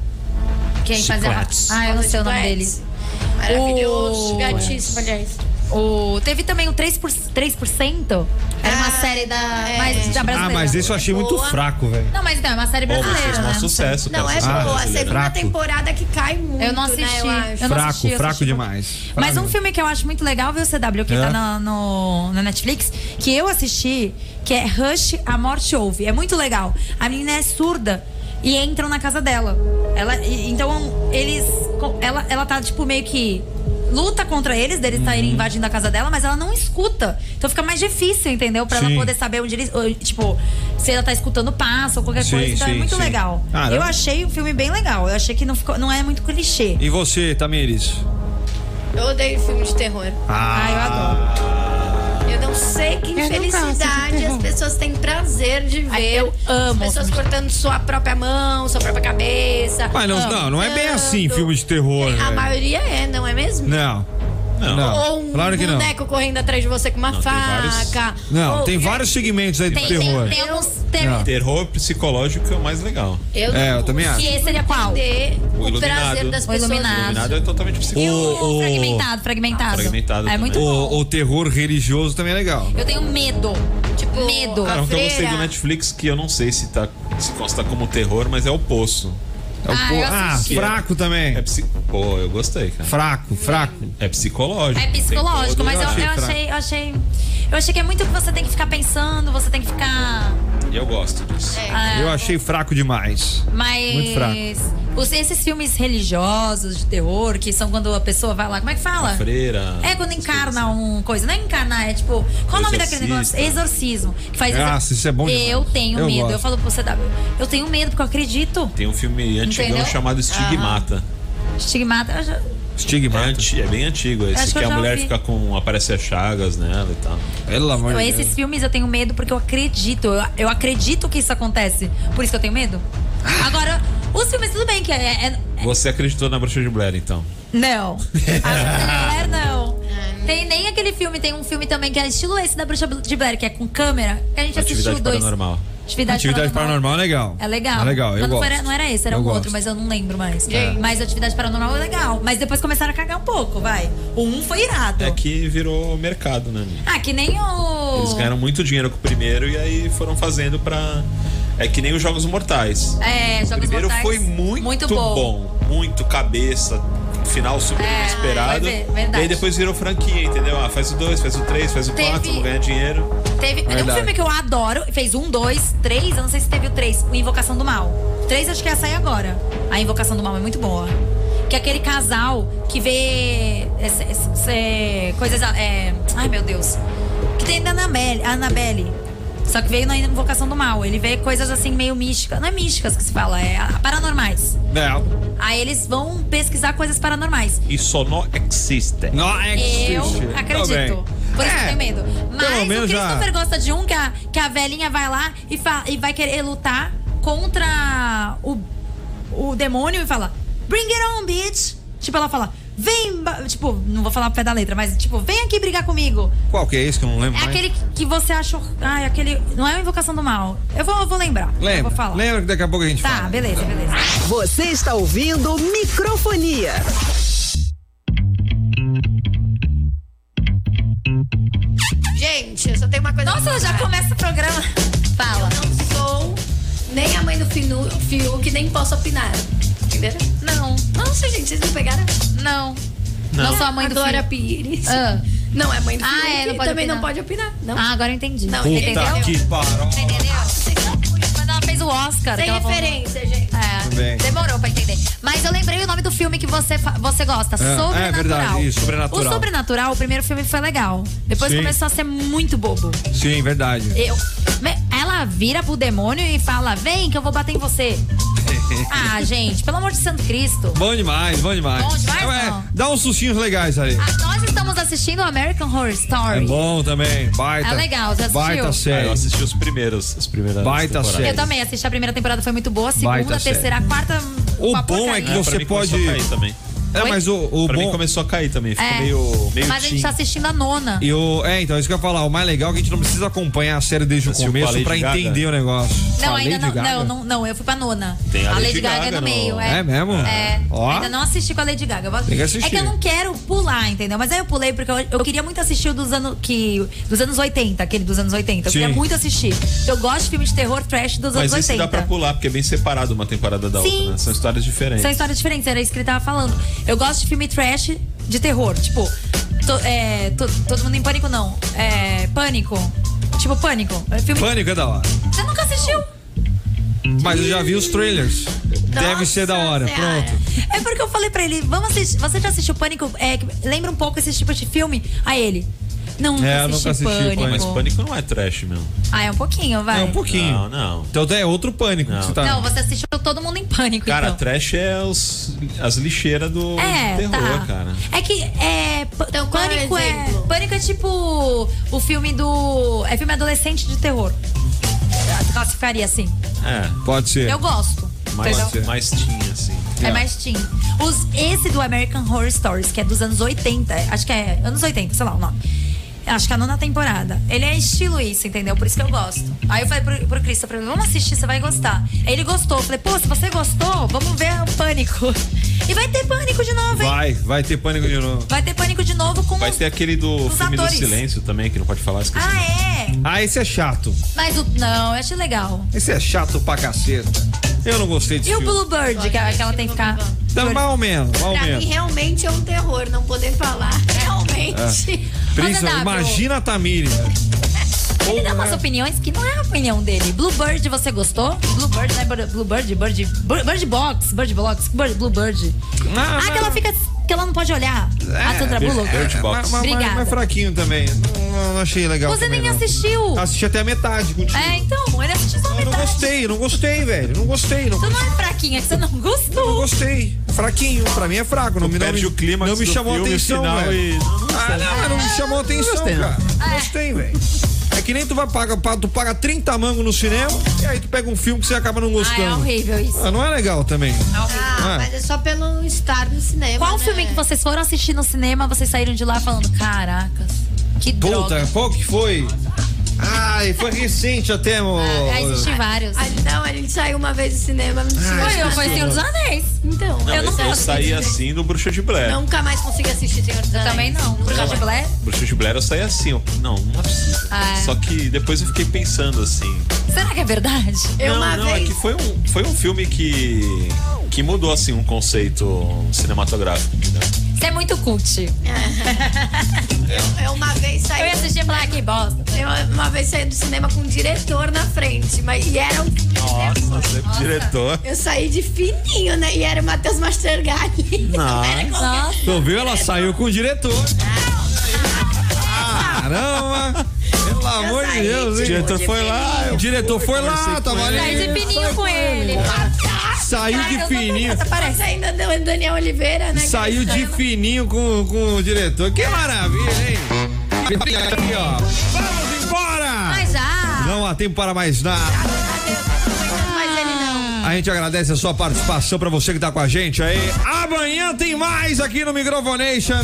[SPEAKER 5] Quem fazia.
[SPEAKER 7] Chicletes.
[SPEAKER 5] Ah, eu não sei o nome
[SPEAKER 6] Chicletes.
[SPEAKER 5] dele.
[SPEAKER 6] Maravilhoso,
[SPEAKER 5] O-
[SPEAKER 6] gatíssimo, aliás.
[SPEAKER 5] O... Teve também o 3%. 3% era uma
[SPEAKER 6] Ah,
[SPEAKER 5] série da,
[SPEAKER 6] é.
[SPEAKER 5] mais, da brasileira.
[SPEAKER 4] Ah, mas esse eu achei muito
[SPEAKER 6] Boa.
[SPEAKER 4] fraco, velho.
[SPEAKER 5] Não, mas então, é uma série
[SPEAKER 7] Bom, mas
[SPEAKER 5] brasileira.
[SPEAKER 7] fez um
[SPEAKER 5] né?
[SPEAKER 7] sucesso,
[SPEAKER 6] Não,
[SPEAKER 7] cara,
[SPEAKER 6] é
[SPEAKER 7] essa série
[SPEAKER 6] boa. A
[SPEAKER 7] brasileira.
[SPEAKER 6] segunda
[SPEAKER 4] Ah, Fraco.
[SPEAKER 6] temporada que cai muito.
[SPEAKER 5] Eu não assisti.
[SPEAKER 6] Né, eu acho.
[SPEAKER 5] Eu não
[SPEAKER 4] Fraco,
[SPEAKER 5] assisti, eu
[SPEAKER 4] fraco
[SPEAKER 5] assisti.
[SPEAKER 4] demais.
[SPEAKER 5] Mas
[SPEAKER 4] Fraco.
[SPEAKER 5] um filme que eu acho muito legal, viu, CW, que
[SPEAKER 4] É.
[SPEAKER 5] tá na, no, na Netflix, que eu assisti, que é Rush, A Morte Ouve. É muito legal. A menina é surda e entram na casa dela. Ela, e- então, eles. co- Ela, ela tá, tipo, meio que. Luta contra eles, deles
[SPEAKER 4] Uhum.
[SPEAKER 5] estarem invadindo a casa dela, mas ela não escuta. Então fica mais difícil, entendeu? Pra
[SPEAKER 4] Sim.
[SPEAKER 5] ela poder saber onde eles. ou, Tipo, se ela tá escutando passo ou qualquer
[SPEAKER 4] Sim,
[SPEAKER 5] coisa. Então é
[SPEAKER 4] sim,
[SPEAKER 5] muito
[SPEAKER 4] sim.
[SPEAKER 5] legal.
[SPEAKER 4] Caramba.
[SPEAKER 5] Eu achei o filme bem legal. Eu achei que não, ficou, não é muito clichê.
[SPEAKER 4] E você, Tamires?
[SPEAKER 6] Eu odeio filme de terror.
[SPEAKER 5] Ah, eu adoro.
[SPEAKER 6] Eu não sei que infelicidade as pessoas têm prazer de
[SPEAKER 5] Ai,
[SPEAKER 6] ver.
[SPEAKER 5] eu amo
[SPEAKER 6] As pessoas
[SPEAKER 5] filme de
[SPEAKER 6] cortando sua própria mão, sua própria cabeça.
[SPEAKER 4] Mas não, não, não é bem assim
[SPEAKER 6] Tanto.
[SPEAKER 4] filme de terror,
[SPEAKER 6] A
[SPEAKER 4] velho.
[SPEAKER 6] maioria é, não é mesmo?
[SPEAKER 4] Não.
[SPEAKER 7] né? Não.
[SPEAKER 6] Ou um
[SPEAKER 4] claro que não.
[SPEAKER 6] boneco correndo atrás de você com uma
[SPEAKER 7] tem vários-
[SPEAKER 6] faca.
[SPEAKER 4] Não,
[SPEAKER 6] Ou-
[SPEAKER 4] tem vários segmentos aí de
[SPEAKER 5] Tem, tem,
[SPEAKER 4] terror.
[SPEAKER 5] tem alguns. Tem,
[SPEAKER 4] Não.
[SPEAKER 7] Terror psicológico é o mais legal.
[SPEAKER 6] Eu
[SPEAKER 4] É, eu também acho.
[SPEAKER 5] que esse seria qual?
[SPEAKER 6] entender
[SPEAKER 7] O
[SPEAKER 6] o,
[SPEAKER 7] Iluminado.
[SPEAKER 6] prazer das
[SPEAKER 5] O
[SPEAKER 6] pessoas.
[SPEAKER 5] Iluminado.
[SPEAKER 7] Iluminado é totalmente
[SPEAKER 5] E
[SPEAKER 7] psicológico.
[SPEAKER 5] o,
[SPEAKER 4] O-
[SPEAKER 5] fragmentado, fragmentado.
[SPEAKER 7] Fragmentado
[SPEAKER 5] É
[SPEAKER 7] também.
[SPEAKER 5] muito bom.
[SPEAKER 4] O, o terror religioso também é legal.
[SPEAKER 5] Eu tenho medo. Tipo, medo.
[SPEAKER 7] Cara, um que eu gostei
[SPEAKER 6] Freira.
[SPEAKER 7] do Netflix, que eu não sei se, tá, se consta como terror, mas é o Poço.
[SPEAKER 4] É o
[SPEAKER 5] Ah,
[SPEAKER 4] po-
[SPEAKER 5] eu
[SPEAKER 4] ah,
[SPEAKER 5] assisti.
[SPEAKER 4] fraco também.
[SPEAKER 7] É psi... Pô, eu gostei, cara.
[SPEAKER 4] Fraco, fraco.
[SPEAKER 7] É psicológico.
[SPEAKER 5] É psicológico,
[SPEAKER 7] Tem todo-
[SPEAKER 5] mas eu,
[SPEAKER 7] achei
[SPEAKER 5] eu,
[SPEAKER 7] fraco.
[SPEAKER 5] achei, eu achei. Eu achei que é muito que você tem que ficar pensando, você tem que ficar.
[SPEAKER 7] E eu gosto disso.
[SPEAKER 5] ah,
[SPEAKER 4] Eu achei fraco demais.
[SPEAKER 5] Mas.
[SPEAKER 4] Muito fraco.
[SPEAKER 5] os- esses filmes religiosos de terror, que são quando a pessoa vai lá. Como é que fala?
[SPEAKER 7] Freira.
[SPEAKER 5] É quando encarna um coisa, não é encarnar, é tipo, qual o nome daquele negócio? Exorcismo. Que faz
[SPEAKER 4] Nossa, isso é bom demais.
[SPEAKER 5] Eu tenho
[SPEAKER 4] Eu
[SPEAKER 5] medo.
[SPEAKER 4] gosto.
[SPEAKER 5] Eu falo pro CW, eu tenho medo porque eu acredito.
[SPEAKER 7] Tem um filme antigão
[SPEAKER 5] Entendeu?
[SPEAKER 7] chamado Estigmata.
[SPEAKER 5] Estigmata. eu já-
[SPEAKER 7] É,
[SPEAKER 4] Estigmata.
[SPEAKER 7] anti- é bem antigo
[SPEAKER 5] Acho
[SPEAKER 7] esse, que,
[SPEAKER 5] que eu
[SPEAKER 7] a
[SPEAKER 5] já
[SPEAKER 7] mulher
[SPEAKER 5] vi.
[SPEAKER 7] fica com. aparece as chagas nela e tal.
[SPEAKER 4] Pelo amor
[SPEAKER 5] Então,
[SPEAKER 4] de
[SPEAKER 5] esses
[SPEAKER 4] Deus.
[SPEAKER 5] filmes eu tenho medo porque eu acredito. Eu, eu acredito que isso acontece. Por isso que eu
[SPEAKER 4] [laughs]
[SPEAKER 5] tenho medo. Agora, os filmes, tudo bem que é. é-
[SPEAKER 7] Você acreditou na bruxa de Blair, então?
[SPEAKER 5] não. A mulher, não. Tem nem aquele filme, tem um filme também que é estilo esse da Bruxa de Blair, que é com câmera. Que a gente
[SPEAKER 7] Atividade
[SPEAKER 5] assistiu dois.
[SPEAKER 7] paranormal.
[SPEAKER 5] Atividade,
[SPEAKER 4] Atividade paranormal é legal.
[SPEAKER 5] É legal.
[SPEAKER 4] É legal, eu
[SPEAKER 5] Mas não,
[SPEAKER 4] gosto.
[SPEAKER 5] Era, não era esse, era
[SPEAKER 4] Eu
[SPEAKER 5] um
[SPEAKER 4] gosto. É.
[SPEAKER 5] outro, mas eu não lembro mais.
[SPEAKER 6] Gente.
[SPEAKER 5] Mas atividade paranormal é legal. Mas depois começaram a cagar um pouco, vai. O um foi irado.
[SPEAKER 7] É que virou mercado, né? amigo?
[SPEAKER 5] Ah, que nem o.
[SPEAKER 7] Eles ganharam muito dinheiro com o primeiro e aí foram fazendo pra. É que nem os Jogos Mortais.
[SPEAKER 5] É,
[SPEAKER 7] o
[SPEAKER 5] Jogos
[SPEAKER 7] primeiro
[SPEAKER 5] Mortais,
[SPEAKER 7] foi muito, bom. Muito cabeça, final super
[SPEAKER 5] É,
[SPEAKER 7] inesperado.
[SPEAKER 5] vai ver, verdade.
[SPEAKER 7] E aí depois virou franquia, entendeu? Ah, faz o 2, faz o 3, faz o
[SPEAKER 5] Teve-
[SPEAKER 7] 4, vamos ganhar dinheiro.
[SPEAKER 5] Teve um
[SPEAKER 4] Verdade.
[SPEAKER 5] filme que eu adoro, fez um, dois, três, eu não sei se teve o três, o Invocação do Mal. Três acho que ia sair agora. A Invocação do Mal é muito boa. Que é aquele casal que vê esse- esse- esse- coisas. é, ai meu Deus. Que tem da Annabelle, a Annabelle. Só que veio na Invocação do Mal. Ele vê coisas assim meio místicas. Não é místicas que se fala, é a- paranormais.
[SPEAKER 4] Não,
[SPEAKER 5] Aí eles vão pesquisar coisas paranormais.
[SPEAKER 7] E só não existe.
[SPEAKER 4] não é existe.
[SPEAKER 5] Eu acredito.
[SPEAKER 4] Também.
[SPEAKER 5] Por isso que eu
[SPEAKER 4] É,
[SPEAKER 5] tenho medo. Mas
[SPEAKER 4] pelo
[SPEAKER 5] o
[SPEAKER 4] menos já-
[SPEAKER 5] Christopher gosta de um que a, que a velhinha vai lá e, fa- e vai querer lutar contra o, o demônio e fala: Bring it on, bitch! Tipo, ela fala. Vem, ba-" tipo, não vou falar o pé da letra, mas tipo, vem aqui brigar comigo.
[SPEAKER 4] Qual que é esse que eu não lembro
[SPEAKER 5] É
[SPEAKER 4] mais?
[SPEAKER 5] aquele que você achou. Ai, aquele. Não é uma invocação do mal. Eu vou, eu vou lembrar. Eu vou
[SPEAKER 4] Lembra,
[SPEAKER 5] falar.
[SPEAKER 4] lembra que daqui a pouco a gente fala.
[SPEAKER 5] Tá, beleza, beleza.
[SPEAKER 3] Você está ouvindo Microfonia.
[SPEAKER 6] Gente, eu só tenho uma coisa. pra
[SPEAKER 5] Nossa, já
[SPEAKER 6] falar.
[SPEAKER 5] começa o programa. Fala.
[SPEAKER 6] Não sou nem a mãe do Finu, Fiuk, nem posso opinar. Entenderam?
[SPEAKER 5] Não,
[SPEAKER 6] Nossa, gente, vocês não pegaram?
[SPEAKER 5] não. Não, sou a mãe do
[SPEAKER 6] Glória
[SPEAKER 5] filho.
[SPEAKER 6] Pires.
[SPEAKER 5] Ah.
[SPEAKER 6] Não é mãe do
[SPEAKER 5] Ah,
[SPEAKER 6] Fiuk.
[SPEAKER 5] é, não pode
[SPEAKER 6] também
[SPEAKER 5] opinar.
[SPEAKER 6] não pode opinar. Não.
[SPEAKER 5] Ah, agora eu entendi.
[SPEAKER 6] Não,
[SPEAKER 5] Você
[SPEAKER 6] entendi.
[SPEAKER 5] entendeu?
[SPEAKER 4] Tá, Que paró.
[SPEAKER 5] Você entendeu? Quando ela fez o Oscar. que
[SPEAKER 6] Sem
[SPEAKER 5] ela falou-
[SPEAKER 6] referência, gente.
[SPEAKER 5] É,
[SPEAKER 4] bem.
[SPEAKER 5] demorou pra entender. Mas eu lembrei o nome do filme que você, fa- você gosta, Sobrenatural.
[SPEAKER 4] é verdade, isso, Sobrenatural.
[SPEAKER 5] O Sobrenatural, o primeiro filme foi legal. Depois
[SPEAKER 4] Sim.
[SPEAKER 5] começou a ser muito bobo.
[SPEAKER 4] Sim, verdade. [laughs]
[SPEAKER 5] Eu... Me- Ela vira pro demônio e fala, vem que eu vou bater em você. Ah, gente, pelo amor de Santo Cristo.
[SPEAKER 4] Bom demais, bom demais.
[SPEAKER 5] Bom demais,
[SPEAKER 4] é,
[SPEAKER 5] não?
[SPEAKER 4] dá uns sustinhos legais ali.
[SPEAKER 5] Ah, nós estamos assistindo American Horror
[SPEAKER 4] É
[SPEAKER 5] Story.
[SPEAKER 4] bom também. Baita.
[SPEAKER 5] É legal, você assistiu?
[SPEAKER 4] Baita
[SPEAKER 7] Ah,
[SPEAKER 4] série.
[SPEAKER 7] eu assisti os primeiros, as primeiras
[SPEAKER 4] Baita
[SPEAKER 7] temporadas.
[SPEAKER 4] série.
[SPEAKER 5] Eu também assisti a primeira temporada, foi muito boa. A segunda,
[SPEAKER 4] Baita série.
[SPEAKER 5] terceira, a quarta.
[SPEAKER 4] O
[SPEAKER 5] uma
[SPEAKER 4] bom é
[SPEAKER 5] porcaria.
[SPEAKER 4] que você
[SPEAKER 7] Pra mim começou
[SPEAKER 4] pode-
[SPEAKER 7] a cair também.
[SPEAKER 4] É,
[SPEAKER 5] Oi?
[SPEAKER 4] mas o, o
[SPEAKER 7] pra mim
[SPEAKER 4] bom.
[SPEAKER 7] começou a cair também, ficou
[SPEAKER 5] É.
[SPEAKER 7] meio, meio
[SPEAKER 5] Mas a gente
[SPEAKER 7] teen.
[SPEAKER 5] tá assistindo a nona.
[SPEAKER 4] E o, é, então, isso que eu ia falar. O mais legal é que a gente não precisa acompanhar a série desde o
[SPEAKER 7] Assistiu com a
[SPEAKER 4] começo
[SPEAKER 7] Lady
[SPEAKER 4] pra
[SPEAKER 7] Gaga?
[SPEAKER 4] entender o negócio.
[SPEAKER 5] Não,
[SPEAKER 4] Com a
[SPEAKER 5] ainda
[SPEAKER 4] Lady
[SPEAKER 5] não,
[SPEAKER 4] Gaga?
[SPEAKER 5] não, não, não, eu fui pra nona.
[SPEAKER 7] Tem a
[SPEAKER 5] a
[SPEAKER 7] Lady
[SPEAKER 5] Lady Gaga,
[SPEAKER 7] Gaga
[SPEAKER 5] no
[SPEAKER 7] no-
[SPEAKER 5] meio, é.
[SPEAKER 4] É mesmo?
[SPEAKER 5] É.
[SPEAKER 4] Ó.
[SPEAKER 5] Ainda não assisti com a Lady Gaga.
[SPEAKER 4] Tem que
[SPEAKER 5] é
[SPEAKER 4] assistir.
[SPEAKER 5] que eu não quero pular, entendeu? Mas aí eu pulei porque eu, eu queria muito assistir o dos anos que dos anos 80, aquele dos anos 80. Eu
[SPEAKER 4] Sim.
[SPEAKER 5] queria muito assistir. Eu gosto de filmes de terror trash dos
[SPEAKER 7] Mas
[SPEAKER 5] anos
[SPEAKER 7] esse
[SPEAKER 5] 80.
[SPEAKER 7] dá pra pular, porque é bem separado uma temporada da
[SPEAKER 5] Sim.
[SPEAKER 7] outra, né? São histórias diferentes.
[SPEAKER 5] São histórias diferentes, era isso que ele tava falando. Eu gosto de filme trash de terror. Tipo, to- é, to- todo mundo em pânico, não. É. Pânico. Tipo, pânico. É filme...
[SPEAKER 4] Pânico é da hora.
[SPEAKER 5] Você nunca assistiu?
[SPEAKER 4] Mas eu já vi os trailers. Deve
[SPEAKER 6] Nossa
[SPEAKER 4] ser da hora.
[SPEAKER 6] Senhora.
[SPEAKER 4] Pronto.
[SPEAKER 5] É porque eu falei pra ele, vamos assistir. Você já assistiu Pânico? É, que lembra um pouco esse tipo de filme? A ele. Não, nunca
[SPEAKER 4] É, eu
[SPEAKER 5] assisti
[SPEAKER 4] nunca assisti
[SPEAKER 5] Pânico.
[SPEAKER 4] Pânico.
[SPEAKER 7] Mas pânico não é trash, meu.
[SPEAKER 5] Ah, é um pouquinho, vai.
[SPEAKER 4] É um pouquinho.
[SPEAKER 7] Não, não.
[SPEAKER 4] Então é outro pânico que
[SPEAKER 7] Não.
[SPEAKER 4] você tá.
[SPEAKER 5] Não, você assistiu Todo Mundo em Pânico,
[SPEAKER 7] Cara,
[SPEAKER 5] então.
[SPEAKER 7] trash é os, as lixeiras do
[SPEAKER 5] É,
[SPEAKER 7] terror,
[SPEAKER 5] tá.
[SPEAKER 7] cara.
[SPEAKER 5] É que é, p-
[SPEAKER 6] Então, qual é o
[SPEAKER 5] pânico é,
[SPEAKER 6] exemplo?
[SPEAKER 5] pânico é tipo o filme do é filme adolescente de terror. Eu Classificaria assim.
[SPEAKER 7] É,
[SPEAKER 4] Pode ser.
[SPEAKER 5] Eu gosto. entendeu?
[SPEAKER 7] mais, mais teen, assim.
[SPEAKER 5] É mais teen. Os, esse do American Horror Stories, que é dos anos 80, acho que é anos 80, sei lá o nome. Acho que é a nona temporada. Ele é estilo isso, entendeu? Por isso que eu gosto. Aí eu falei pro, pro Cris, eu falei, vamos assistir, você vai gostar. Aí ele gostou. Eu falei, pô, se você gostou, vamos ver o pânico. E vai ter pânico de novo, hein?
[SPEAKER 4] Vai, vai ter pânico de novo.
[SPEAKER 5] Vai ter pânico de novo com
[SPEAKER 7] Vai
[SPEAKER 5] os-
[SPEAKER 7] ter aquele do
[SPEAKER 5] Os
[SPEAKER 7] filme do
[SPEAKER 5] atores.
[SPEAKER 7] silêncio também, que não pode falar, esqueci.
[SPEAKER 5] Ah, é?
[SPEAKER 4] Ah, esse é chato.
[SPEAKER 5] Mas o. Não, eu achei legal.
[SPEAKER 4] Esse é chato pra caceta. Eu não gostei desse
[SPEAKER 5] E o
[SPEAKER 4] filme.
[SPEAKER 5] Bluebird, que, ela- que ela tem que ficar.
[SPEAKER 4] Tá mais ou menos, mais ou
[SPEAKER 6] Pra mim,
[SPEAKER 4] menos.
[SPEAKER 6] realmente é um terror não poder falar. [laughs] Realmente.
[SPEAKER 4] Príncipe,
[SPEAKER 5] Roda W.
[SPEAKER 4] imagina a Tamiri.
[SPEAKER 5] Ele dá umas opiniões que não é a opinião dele. Bluebird, você gostou? Bluebird, né? Bird- Bluebird, Bird, Bird, Bird Box, Bird Box, Bird, Bluebird.
[SPEAKER 4] Ah,
[SPEAKER 5] Ah, que ela fica. que ela não pode olhar. a Sandra Bullock.
[SPEAKER 7] Bird Box.
[SPEAKER 4] É, mas, mas,
[SPEAKER 5] Obrigada.
[SPEAKER 4] mas, mas fraquinho também. Não, não achei legal.
[SPEAKER 5] Você
[SPEAKER 4] também,
[SPEAKER 5] nem
[SPEAKER 4] não.
[SPEAKER 5] assistiu.
[SPEAKER 4] Assisti até a metade contigo.
[SPEAKER 5] É, então, ele assistiu só
[SPEAKER 4] Eu não
[SPEAKER 5] metade.
[SPEAKER 4] gostei, não gostei, velho. Não gostei, não.
[SPEAKER 5] Então não é fraquinha, que você não
[SPEAKER 4] Não
[SPEAKER 5] gostou.
[SPEAKER 4] gostei. Fraquinho, pra mim é fraco. Não me, não
[SPEAKER 7] Perde
[SPEAKER 4] me,
[SPEAKER 7] o clímax
[SPEAKER 4] não me
[SPEAKER 7] do
[SPEAKER 4] chamou
[SPEAKER 7] filme,
[SPEAKER 4] atenção,
[SPEAKER 7] final
[SPEAKER 4] velho.
[SPEAKER 7] e-
[SPEAKER 4] Ah, não, mas não me chamou atenção, cara. Não Gostei, velho. É que nem tu vai pagar, pa- tu paga 30 mangos no cinema e aí tu pega um filme que você acaba não
[SPEAKER 5] Ah, é
[SPEAKER 4] gostando.
[SPEAKER 5] horrível isso.
[SPEAKER 4] Ah, não é legal também.
[SPEAKER 5] É horrível.
[SPEAKER 6] Ah, mas é só pelo estar no cinema.
[SPEAKER 5] Qual
[SPEAKER 6] né?
[SPEAKER 5] filme que vocês foram assistir no cinema, vocês saíram de lá falando, caracas, que droga.
[SPEAKER 4] Puta, qual que foi? Ai, foi recente até, amor.
[SPEAKER 5] Ah, existem vários.
[SPEAKER 6] Ah, não, a gente saiu uma vez do cinema. Não sei.
[SPEAKER 5] Foi eu, foi Senhor dos Anéis.
[SPEAKER 6] Então,
[SPEAKER 7] Não, é
[SPEAKER 5] Eu não
[SPEAKER 7] esse eu
[SPEAKER 5] gosto
[SPEAKER 7] saí
[SPEAKER 5] desse
[SPEAKER 7] assim do Bruxa de Blair.
[SPEAKER 6] nunca mais consegui assistir Senhor dos Anéis.
[SPEAKER 5] Também não. Bruxa de Blair.
[SPEAKER 7] Bruxa de Blair eu saí assim. Eu, não, não é possível.
[SPEAKER 5] Ah, é.
[SPEAKER 7] Só que depois eu fiquei pensando assim.
[SPEAKER 5] Será que é verdade?
[SPEAKER 6] Eu
[SPEAKER 7] não,
[SPEAKER 6] uma
[SPEAKER 7] não,
[SPEAKER 6] vez.
[SPEAKER 7] é que foi um, foi um filme que. que mudou assim um conceito cinematográfico, entendeu?
[SPEAKER 5] Você é muito cult.
[SPEAKER 6] Eu uma vez
[SPEAKER 5] Eu
[SPEAKER 6] saí.
[SPEAKER 5] ia assistir e falar, ah, que bosta.
[SPEAKER 6] Eu uma vez saí do cinema com um diretor na frente. Mas, e era um
[SPEAKER 7] Nossa, sempre diretor.
[SPEAKER 6] Eu saí de fininho, né? E era o Matheus Mastergali. Não [laughs] era qualquer-
[SPEAKER 5] Nossa.
[SPEAKER 4] Tu viu? Ela saiu com o diretor. Caramba! Pelo amor de
[SPEAKER 6] saí,
[SPEAKER 7] O
[SPEAKER 4] Deus, hein?
[SPEAKER 6] tipo,
[SPEAKER 7] diretor foi lá,
[SPEAKER 4] O
[SPEAKER 7] eu
[SPEAKER 4] diretor foi lá, tava ali.
[SPEAKER 5] Sai de é fininho com ele.
[SPEAKER 4] Saiu de fininho.
[SPEAKER 6] Parece ainda do Daniel Oliveira, né?
[SPEAKER 4] Saiu de fininho com, com o diretor. Que maravilha, hein? E Aqui, ó. Vamos embora!
[SPEAKER 5] Mas ah, já.
[SPEAKER 4] Não há tempo para mais nada.
[SPEAKER 6] Mas ele não.
[SPEAKER 4] A gente agradece a sua participação pra você que tá com a gente aí. Amanhã tem mais aqui no Microfonation.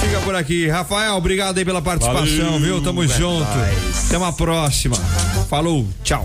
[SPEAKER 4] Chega por aqui. Rafael, obrigado aí pela participação,
[SPEAKER 7] Valeu,
[SPEAKER 4] viu? Tamo junto. Até uma próxima. Falou, tchau.